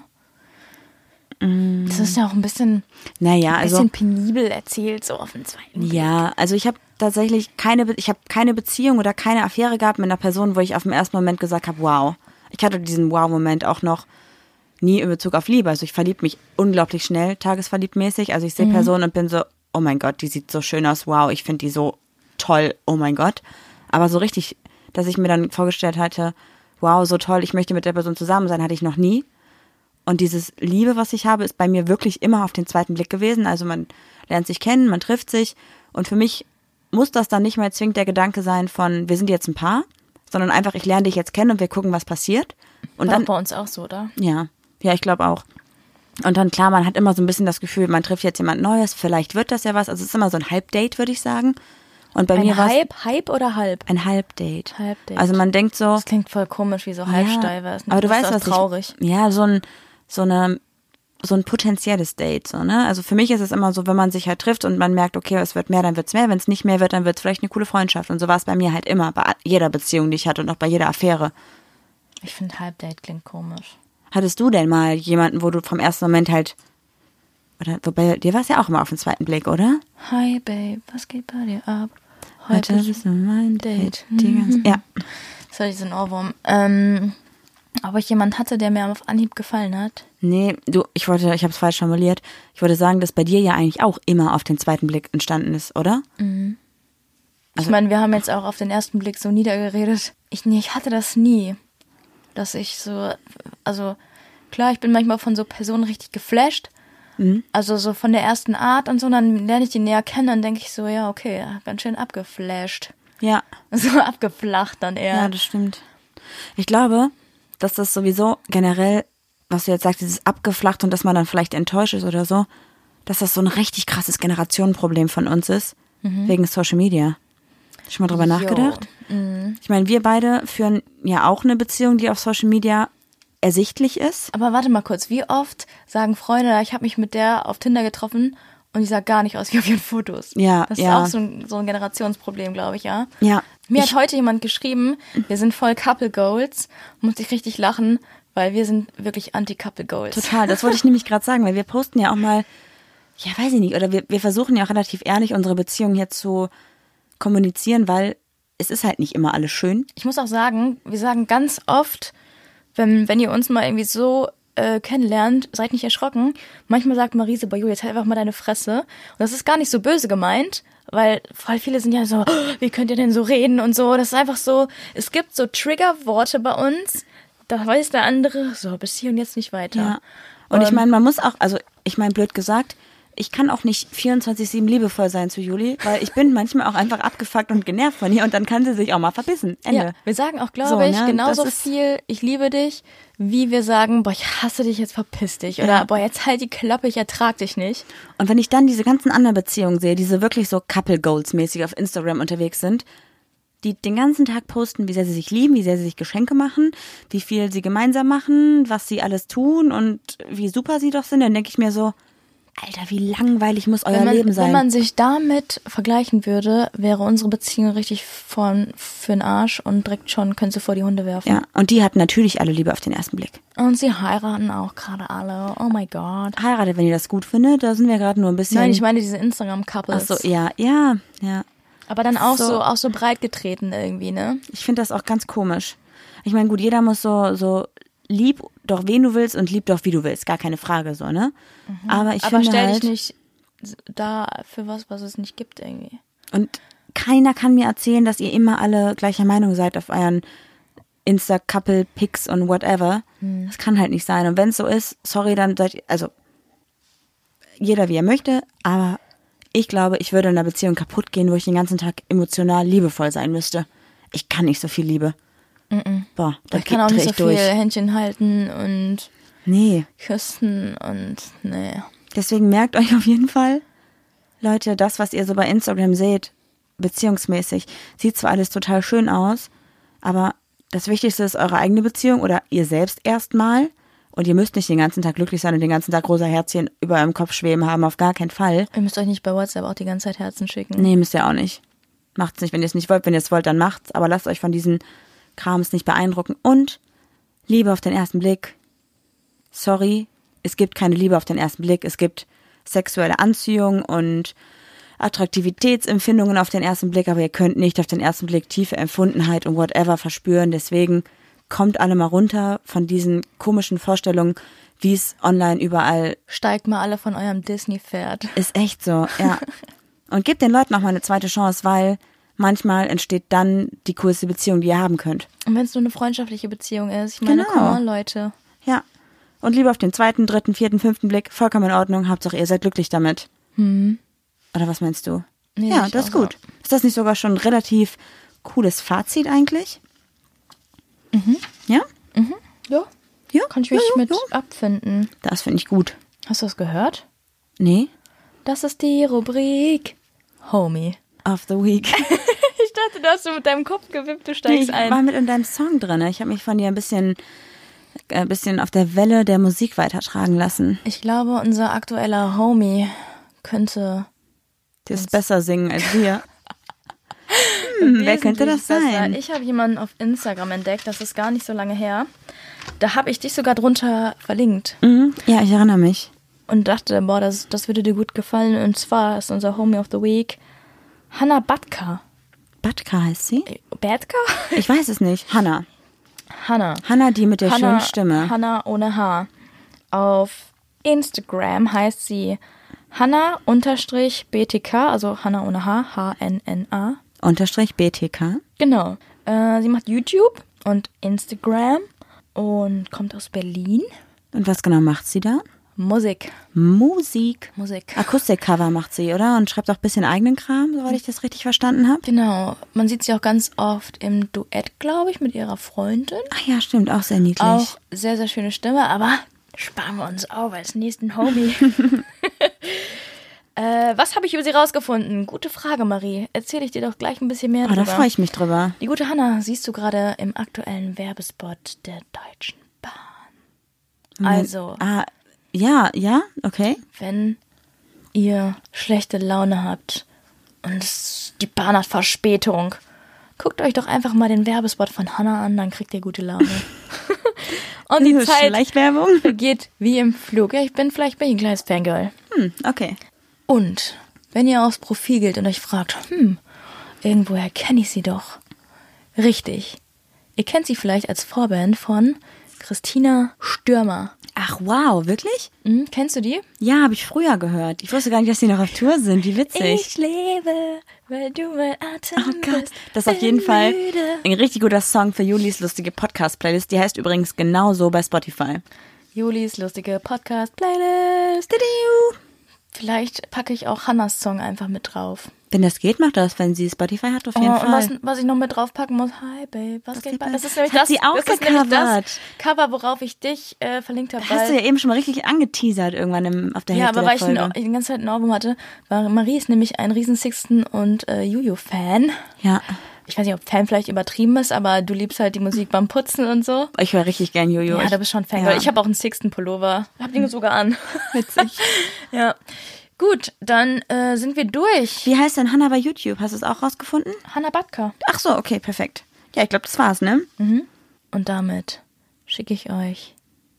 Speaker 2: Das ist ja auch ein bisschen,
Speaker 1: Naja, Mm. also
Speaker 2: bisschen penibel erzählt, so auf den zweiten Blick.
Speaker 1: Ja, also ich habe tatsächlich keine, Be ich habe keine Beziehung oder keine Affäre gehabt mit einer Person, wo ich auf den ersten Moment gesagt habe, wow. Ich hatte diesen Wow-Moment auch noch nie in Bezug auf Liebe. Also ich verlieb mich unglaublich schnell, tagesverliebtmäßig. Also ich sehe Personen und bin so, oh mein Gott, die sieht so schön aus, wow, ich finde die so toll, oh mein Gott. Aber so richtig, dass ich mir dann vorgestellt hatte, wow, so toll, ich möchte mit der Person zusammen sein, hatte ich noch nie. Und dieses Liebe, was ich habe, ist bei mir wirklich immer auf den zweiten Blick gewesen. Also man lernt sich kennen, man trifft sich. Und für mich muss das dann nicht mehr zwingend der Gedanke sein von, wir sind jetzt ein Paar, sondern einfach, ich lerne dich jetzt kennen und wir gucken, was passiert. Und
Speaker 2: War
Speaker 1: dann
Speaker 2: doch bei uns auch so, oder?
Speaker 1: ja, ja, ich glaube auch. Und dann klar, man hat immer so ein bisschen das Gefühl, man trifft jetzt jemand Neues, vielleicht wird das ja was. Also es ist immer so ein Halbdate, würde ich sagen. Und bei mir
Speaker 2: Ein
Speaker 1: war es
Speaker 2: Hype, Hype oder Halb?
Speaker 1: ein Halbdate.
Speaker 2: Halbdate.
Speaker 1: Also man denkt so,
Speaker 2: Das klingt voll komisch, wie so halbsteif
Speaker 1: ja,
Speaker 2: ist. ne?
Speaker 1: aber du
Speaker 2: Das
Speaker 1: weißt
Speaker 2: ist
Speaker 1: was
Speaker 2: auch traurig.
Speaker 1: Ich, ja, so ein so eine so ein potenzielles Date, so, ne? Also für mich ist es immer so, wenn man sich halt trifft und man merkt, okay, es wird mehr, dann wird's mehr. Wenn es nicht mehr wird, dann wird's vielleicht eine coole Freundschaft. Und so war es bei mir halt immer, bei jeder Beziehung, die ich hatte und auch bei jeder Affäre.
Speaker 2: Ich finde Halbdate klingt komisch.
Speaker 1: Hattest du denn mal jemanden, wo du vom ersten Moment halt. Oder wobei, dir war es ja auch immer auf den zweiten Blick, oder?
Speaker 2: Hi Babe, was geht bei dir ab?
Speaker 1: Heute
Speaker 2: Heute
Speaker 1: bist du mein
Speaker 2: Date. Mhm.
Speaker 1: Date. Die ganze, ja.
Speaker 2: Das hatte ich so ein Ohrwurm. Ähm, ob ich jemand hatte, der mir auf Anhieb gefallen hat?
Speaker 1: Nee, du, ich wollte, ich habe es falsch formuliert. Ich wollte sagen, dass bei dir ja eigentlich auch immer auf den zweiten Blick entstanden ist, oder? Also-
Speaker 2: ich meine, wir haben jetzt auch auf den ersten Blick so niedergeredet. Ich, nee, ich hatte das nie, dass ich so, also klar, ich bin manchmal von so Personen richtig geflasht.
Speaker 1: Mhm.
Speaker 2: Also so von der ersten Art und so, und dann lerne ich die näher kennen, dann denke ich so, ja, okay, ja, ganz schön abgeflasht.
Speaker 1: Ja.
Speaker 2: So abgeflacht dann eher.
Speaker 1: Ja, das stimmt. Ich glaube, dass das sowieso generell, was du jetzt sagst, dieses abgeflacht und dass man dann vielleicht enttäuscht ist oder so, dass das so ein richtig krasses Generationenproblem von uns ist, wegen Social Media. Schon mal drüber
Speaker 2: Jo.
Speaker 1: nachgedacht? Ich meine, wir beide führen ja auch eine Beziehung, die auf Social Media ersichtlich ist.
Speaker 2: Aber warte mal kurz, wie oft sagen Freunde, ich habe mich mit der auf Tinder getroffen und die sah gar nicht aus wie auf ihren Fotos.
Speaker 1: Ja,
Speaker 2: Das
Speaker 1: ja.
Speaker 2: ist auch so ein, so ein Generationsproblem, glaube ich, ja.
Speaker 1: Ja.
Speaker 2: Mir hat heute jemand geschrieben, wir sind voll Couple Goals. Muss ich richtig lachen, weil wir sind wirklich Anti-Couple Goals.
Speaker 1: Total, das wollte ich nämlich gerade sagen, weil wir posten ja auch mal, ja, weiß ich nicht, oder wir, wir versuchen ja auch relativ ehrlich unsere Beziehung hier zu kommunizieren, weil es ist halt nicht immer alles schön.
Speaker 2: Ich muss auch sagen, wir sagen ganz oft, wenn, wenn ihr uns mal irgendwie so äh, kennenlernt, seid nicht erschrocken. Manchmal sagt Marise bei Julia, jetzt halt einfach mal deine Fresse. Und das ist gar nicht so böse gemeint, weil voll viele sind ja so, "Oh, wie könnt ihr denn so reden und so. Das ist einfach so, es gibt so Triggerworte bei uns, da weiß der andere, so bis hier und jetzt nicht weiter.
Speaker 1: Ja. Und ich meine, man muss auch, also ich meine, blöd gesagt, ich kann auch nicht 24-7 liebevoll sein zu Juli, weil ich bin manchmal auch einfach abgefuckt und genervt von ihr und dann kann sie sich auch mal verbissen. Ende.
Speaker 2: Ja, wir sagen auch, glaube
Speaker 1: So,
Speaker 2: ich,
Speaker 1: ne,
Speaker 2: genauso
Speaker 1: das ist-
Speaker 2: viel, ich liebe dich, wie wir sagen, boah, ich hasse dich, jetzt verpiss dich. Oder,
Speaker 1: Ja.
Speaker 2: boah, jetzt halt die Klappe, ich ertrag dich nicht.
Speaker 1: Und wenn ich dann diese ganzen anderen Beziehungen sehe, die so wirklich so Couple Goals mäßig auf Instagram unterwegs sind, die den ganzen Tag posten, wie sehr sie sich lieben, wie sehr sie sich Geschenke machen, wie viel sie gemeinsam machen, was sie alles tun und wie super sie doch sind, dann denke ich mir so, Alter, wie langweilig muss euer
Speaker 2: Wenn man,
Speaker 1: Äh, Leben
Speaker 2: wenn
Speaker 1: sein?
Speaker 2: man sich damit vergleichen würde, wäre unsere Beziehung richtig von, für den Arsch und direkt schon können sie vor die Hunde werfen.
Speaker 1: ja, und die hatten natürlich alle Liebe auf den ersten Blick.
Speaker 2: Und sie heiraten auch gerade alle. Oh my god.
Speaker 1: Heiratet, wenn ihr das gut findet, da sind wir gerade nur ein bisschen.
Speaker 2: Nein, ich meine diese Instagram-Couples.
Speaker 1: Ach so, ja, ja, ja.
Speaker 2: Aber dann auch so,
Speaker 1: So.
Speaker 2: auch so breit getreten irgendwie, ne?
Speaker 1: Ich finde das auch ganz komisch. Ich meine, gut, jeder muss so, so lieb doch wen du willst und lieb doch wie du willst, gar keine Frage so, ne? Aber ich
Speaker 2: Mhm. Aber
Speaker 1: finde
Speaker 2: stell
Speaker 1: halt,
Speaker 2: dich nicht da für was, was es nicht gibt irgendwie.
Speaker 1: und keiner kann mir erzählen, dass ihr immer alle gleicher Meinung seid auf euren Insta-Couple, Pics und whatever.
Speaker 2: Hm.
Speaker 1: Das kann halt nicht sein. Und wenn es so ist, sorry, dann seid ihr, also jeder wie er möchte, aber ich glaube, ich würde in einer Beziehung kaputt gehen, wo ich den ganzen Tag emotional liebevoll sein müsste. Ich kann nicht so viel Liebe. Boah, da
Speaker 2: Ich kann auch
Speaker 1: dreh
Speaker 2: nicht so
Speaker 1: ich durch.
Speaker 2: viel Händchen halten und
Speaker 1: Nee.
Speaker 2: küssen und ne. nee.
Speaker 1: Deswegen merkt euch auf jeden Fall, Leute, das, was ihr so bei Instagram seht, beziehungsmäßig, sieht zwar alles total schön aus, aber das Wichtigste ist eure eigene Beziehung oder ihr selbst erstmal. Und ihr müsst nicht den ganzen Tag glücklich sein und den ganzen Tag rosa Herzchen über eurem Kopf schweben haben, auf gar keinen Fall.
Speaker 2: Ihr müsst euch nicht bei WhatsApp auch die ganze Zeit Herzen schicken.
Speaker 1: Nee, müsst ihr auch nicht. Macht's nicht, wenn ihr es nicht wollt. Wenn ihr es wollt, dann macht's. Aber lasst euch von diesen Krams nicht beeindrucken. Und Liebe auf den ersten Blick. Sorry, es gibt keine Liebe auf den ersten Blick. Es gibt sexuelle Anziehung und Attraktivitätsempfindungen auf den ersten Blick, aber ihr könnt nicht auf den ersten Blick tiefe Empfundenheit und whatever verspüren. Deswegen kommt alle mal runter von diesen komischen Vorstellungen, wie es online überall
Speaker 2: Steigt mal alle von eurem Disney-Pferd.
Speaker 1: ist echt so, ja. Und gebt den Leuten auch mal eine zweite Chance, weil manchmal entsteht dann die coolste Beziehung, die ihr haben könnt.
Speaker 2: Und wenn es nur eine freundschaftliche Beziehung ist, ich meine,
Speaker 1: Genau.
Speaker 2: come on, Leute.
Speaker 1: Ja. Und lieber auf den zweiten, dritten, vierten, fünften Blick, vollkommen in Ordnung. Hauptsache, ihr seid glücklich damit. Hm. Oder was meinst du?
Speaker 2: Nee, sehe
Speaker 1: ja,
Speaker 2: ich
Speaker 1: das
Speaker 2: auch
Speaker 1: ist gut. Ist das nicht sogar schon ein relativ cooles Fazit eigentlich? Mhm. Ja?
Speaker 2: Ja.
Speaker 1: Ja.
Speaker 2: Kann ich mich
Speaker 1: ja, ja,
Speaker 2: mit
Speaker 1: Ja.
Speaker 2: abfinden.
Speaker 1: Das finde ich gut.
Speaker 2: Hast du das gehört?
Speaker 1: Nee?
Speaker 2: Das ist die Rubrik Homie.
Speaker 1: Of the Week.
Speaker 2: Ich dachte, da hast du mit deinem Kopf gewippt, du steigst
Speaker 1: ich war
Speaker 2: ein.
Speaker 1: mit in deinem Song drin. ne? Ich habe mich von dir ein bisschen, äh, ein bisschen auf der Welle der Musik weitertragen lassen.
Speaker 2: Ich glaube, unser aktueller Homie könnte
Speaker 1: Die ist besser singen als wir. Hm, wer könnte das
Speaker 2: wesentlich besser.
Speaker 1: sein?
Speaker 2: Ich habe jemanden auf Instagram entdeckt, das ist gar nicht so lange her. Da habe ich dich sogar drunter verlinkt
Speaker 1: Mhm. Ja, ich erinnere mich.
Speaker 2: und dachte, boah, das, das würde dir gut gefallen. Und zwar ist unser Homie of the Week Hanna Batka.
Speaker 1: Batka heißt sie?
Speaker 2: Batka?
Speaker 1: Ich weiß es nicht. Hanna.
Speaker 2: Hanna.
Speaker 1: Hanna, die mit der
Speaker 2: Hanna,
Speaker 1: schönen Stimme.
Speaker 2: Hanna ohne H. Auf Instagram heißt sie Hanna-BTK, also Hanna ohne H, H-N-N-A.
Speaker 1: Unterstrich BTK.
Speaker 2: Genau. Äh, sie macht YouTube und Instagram und kommt aus Berlin.
Speaker 1: Und was genau macht sie da?
Speaker 2: Musik.
Speaker 1: Musik.
Speaker 2: Musik.
Speaker 1: Akustikcover macht sie, oder? Und schreibt auch ein bisschen eigenen Kram, soweit ich das richtig verstanden habe.
Speaker 2: Genau. Man sieht sie auch ganz oft im Duett, glaube ich, mit ihrer Freundin.
Speaker 1: Ach Ah ja, stimmt, auch sehr niedlich.
Speaker 2: Auch sehr, sehr schöne Stimme, aber sparen wir uns auf als nächsten Homie. äh, was habe ich über sie rausgefunden? Gute Frage, Marie. Erzähle ich dir doch gleich ein bisschen mehr
Speaker 1: Oh, da
Speaker 2: drüber.
Speaker 1: freue ich mich drüber.
Speaker 2: Die gute Hanna siehst du gerade im aktuellen Werbespot der Deutschen Bahn. Also,
Speaker 1: Ah, ja, ja, okay.
Speaker 2: wenn ihr schlechte Laune habt und es- die Bahn hat Verspätung, guckt euch doch einfach mal den Werbespot von Hannah an, dann kriegt ihr gute Laune. und die
Speaker 1: Diese
Speaker 2: Zeit
Speaker 1: Schleichwerbung.
Speaker 2: vergeht wie im Flug. Ja, ich bin vielleicht bin ich ein kleines Fangirl.
Speaker 1: Hm, okay.
Speaker 2: Und wenn ihr aufs Profil geht und euch fragt, hm, irgendwoher kenne ich sie doch, Richtig. Ihr kennt sie vielleicht als Vorband von Christina Stürmer.
Speaker 1: Ach wow, wirklich?
Speaker 2: Hm, kennst du die?
Speaker 1: Ja, habe ich früher gehört. Ich wusste gar nicht, dass die noch auf Tour sind. Wie witzig.
Speaker 2: Ich lebe, weil du mein Atem
Speaker 1: Oh Gott,
Speaker 2: bist.
Speaker 1: das ist auf
Speaker 2: Bin
Speaker 1: jeden Fall
Speaker 2: müde.
Speaker 1: ein richtig guter Song für Julis lustige Podcast-Playlist. Die heißt übrigens genauso bei Spotify.
Speaker 2: Julis lustige Podcast-Playlist. Vielleicht packe ich auch Hannas Song einfach mit drauf.
Speaker 1: Wenn das geht, macht das. Wenn sie Spotify hat, auf
Speaker 2: Oh,
Speaker 1: jeden
Speaker 2: und was,
Speaker 1: Fall.
Speaker 2: was ich noch mit draufpacken muss, hi babe, was, geht
Speaker 1: geht
Speaker 2: bei?
Speaker 1: bei-
Speaker 2: Das ist nämlich
Speaker 1: Hat
Speaker 2: das,
Speaker 1: sie auch
Speaker 2: das, ist nämlich das
Speaker 1: gecovert.
Speaker 2: Cover, worauf ich dich äh, verlinkt habe.
Speaker 1: Hast
Speaker 2: weil-
Speaker 1: du ja eben schon mal richtig angeteasert irgendwann im, auf der
Speaker 2: Ja,
Speaker 1: Hälfte
Speaker 2: aber
Speaker 1: der
Speaker 2: weil ich
Speaker 1: Folge.
Speaker 2: ein, die ganze Zeit ein Album hatte, war Marie ist nämlich ein riesen Sixten und äh, Juju-Fan.
Speaker 1: ja,
Speaker 2: Ich weiß nicht, ob Fan vielleicht übertrieben ist, aber du liebst halt die Musik beim Putzen und so.
Speaker 1: ich höre richtig gern Jojo.
Speaker 2: Ja,
Speaker 1: Ich-
Speaker 2: du bist schon Fan. Ja. Ich habe auch einen Sixten-Pullover. Hab den sogar an.
Speaker 1: Witzig.
Speaker 2: ja. Gut, dann äh, sind wir durch.
Speaker 1: Wie heißt denn Hannah bei YouTube? Hast du es auch rausgefunden?
Speaker 2: Hanna Batka.
Speaker 1: Ach so, okay, perfekt. Ja, ich glaube, das war's, ne?
Speaker 2: Und damit schicke ich euch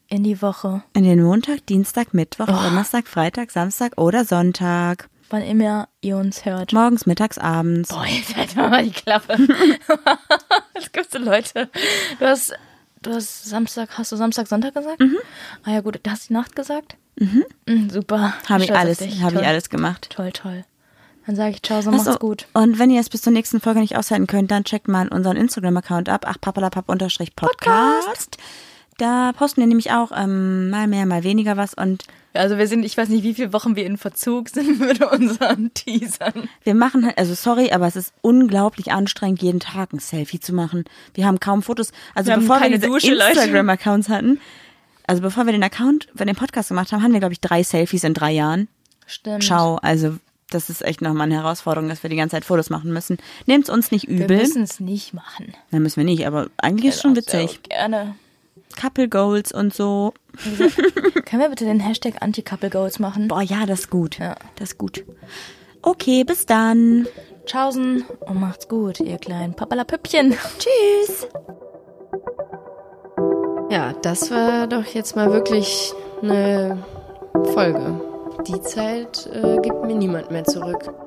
Speaker 2: in die Woche,
Speaker 1: In den Montag, Dienstag,
Speaker 2: Oh.
Speaker 1: Mittwoch, Donnerstag, Freitag, Samstag oder Sonntag.
Speaker 2: wann immer ihr uns hört.
Speaker 1: Morgens, mittags, abends.
Speaker 2: Boah, jetzt halt mal die Klappe. das gibt's so Leute. Du hast, du hast Samstag, hast du Samstag, Sonntag gesagt? Mhm. Ah ja gut, hast du die Nacht gesagt? Mhm. super.
Speaker 1: Habe ich
Speaker 2: Stolz auf
Speaker 1: alles,
Speaker 2: dich.
Speaker 1: habe ich
Speaker 2: Toll.
Speaker 1: alles gemacht.
Speaker 2: Toll, toll. Dann sage ich Ciao, so
Speaker 1: Ach so,
Speaker 2: macht's gut.
Speaker 1: Und wenn ihr es bis zur nächsten Folge nicht aushalten könnt, dann checkt mal unseren Instagram-Account ab, ach papalapap-podcast. Podcast. Da posten wir nämlich auch ähm, mal mehr, mal weniger was und
Speaker 2: Also wir sind, ich weiß nicht, wie viele Wochen wir in Verzug sind mit unseren Teasern.
Speaker 1: Wir machen halt, also sorry, aber es ist unglaublich anstrengend, jeden Tag ein Selfie zu machen. Wir haben kaum Fotos. Also
Speaker 2: Wir haben
Speaker 1: bevor wir
Speaker 2: keine
Speaker 1: diese
Speaker 2: Dusche, Leute.
Speaker 1: Instagram-Accounts hatten, also bevor wir den Account, wenn den Podcast gemacht haben, haben wir, glaube ich, drei Selfies in drei Jahren.
Speaker 2: Stimmt.
Speaker 1: Ciao. Also das ist echt nochmal eine Herausforderung, dass wir die ganze Zeit Fotos machen müssen. Nehmt's uns nicht
Speaker 2: Wir
Speaker 1: übel.
Speaker 2: müssen es nicht machen.
Speaker 1: Nein, müssen wir nicht, aber eigentlich ist schon witzig.
Speaker 2: Gerne.
Speaker 1: Couple Goals und so.
Speaker 2: Können wir bitte den Hashtag Anti-Couple Goals machen?
Speaker 1: Boah, ja, das ist gut.
Speaker 2: Ja.
Speaker 1: Das ist gut. Okay, bis dann.
Speaker 2: Tschaußen und macht's gut, ihr kleinen Papalapüppchen.
Speaker 1: Tschüss.
Speaker 3: Ja, das war doch jetzt mal wirklich eine Folge. Die Zeit äh, gibt mir niemand mehr zurück.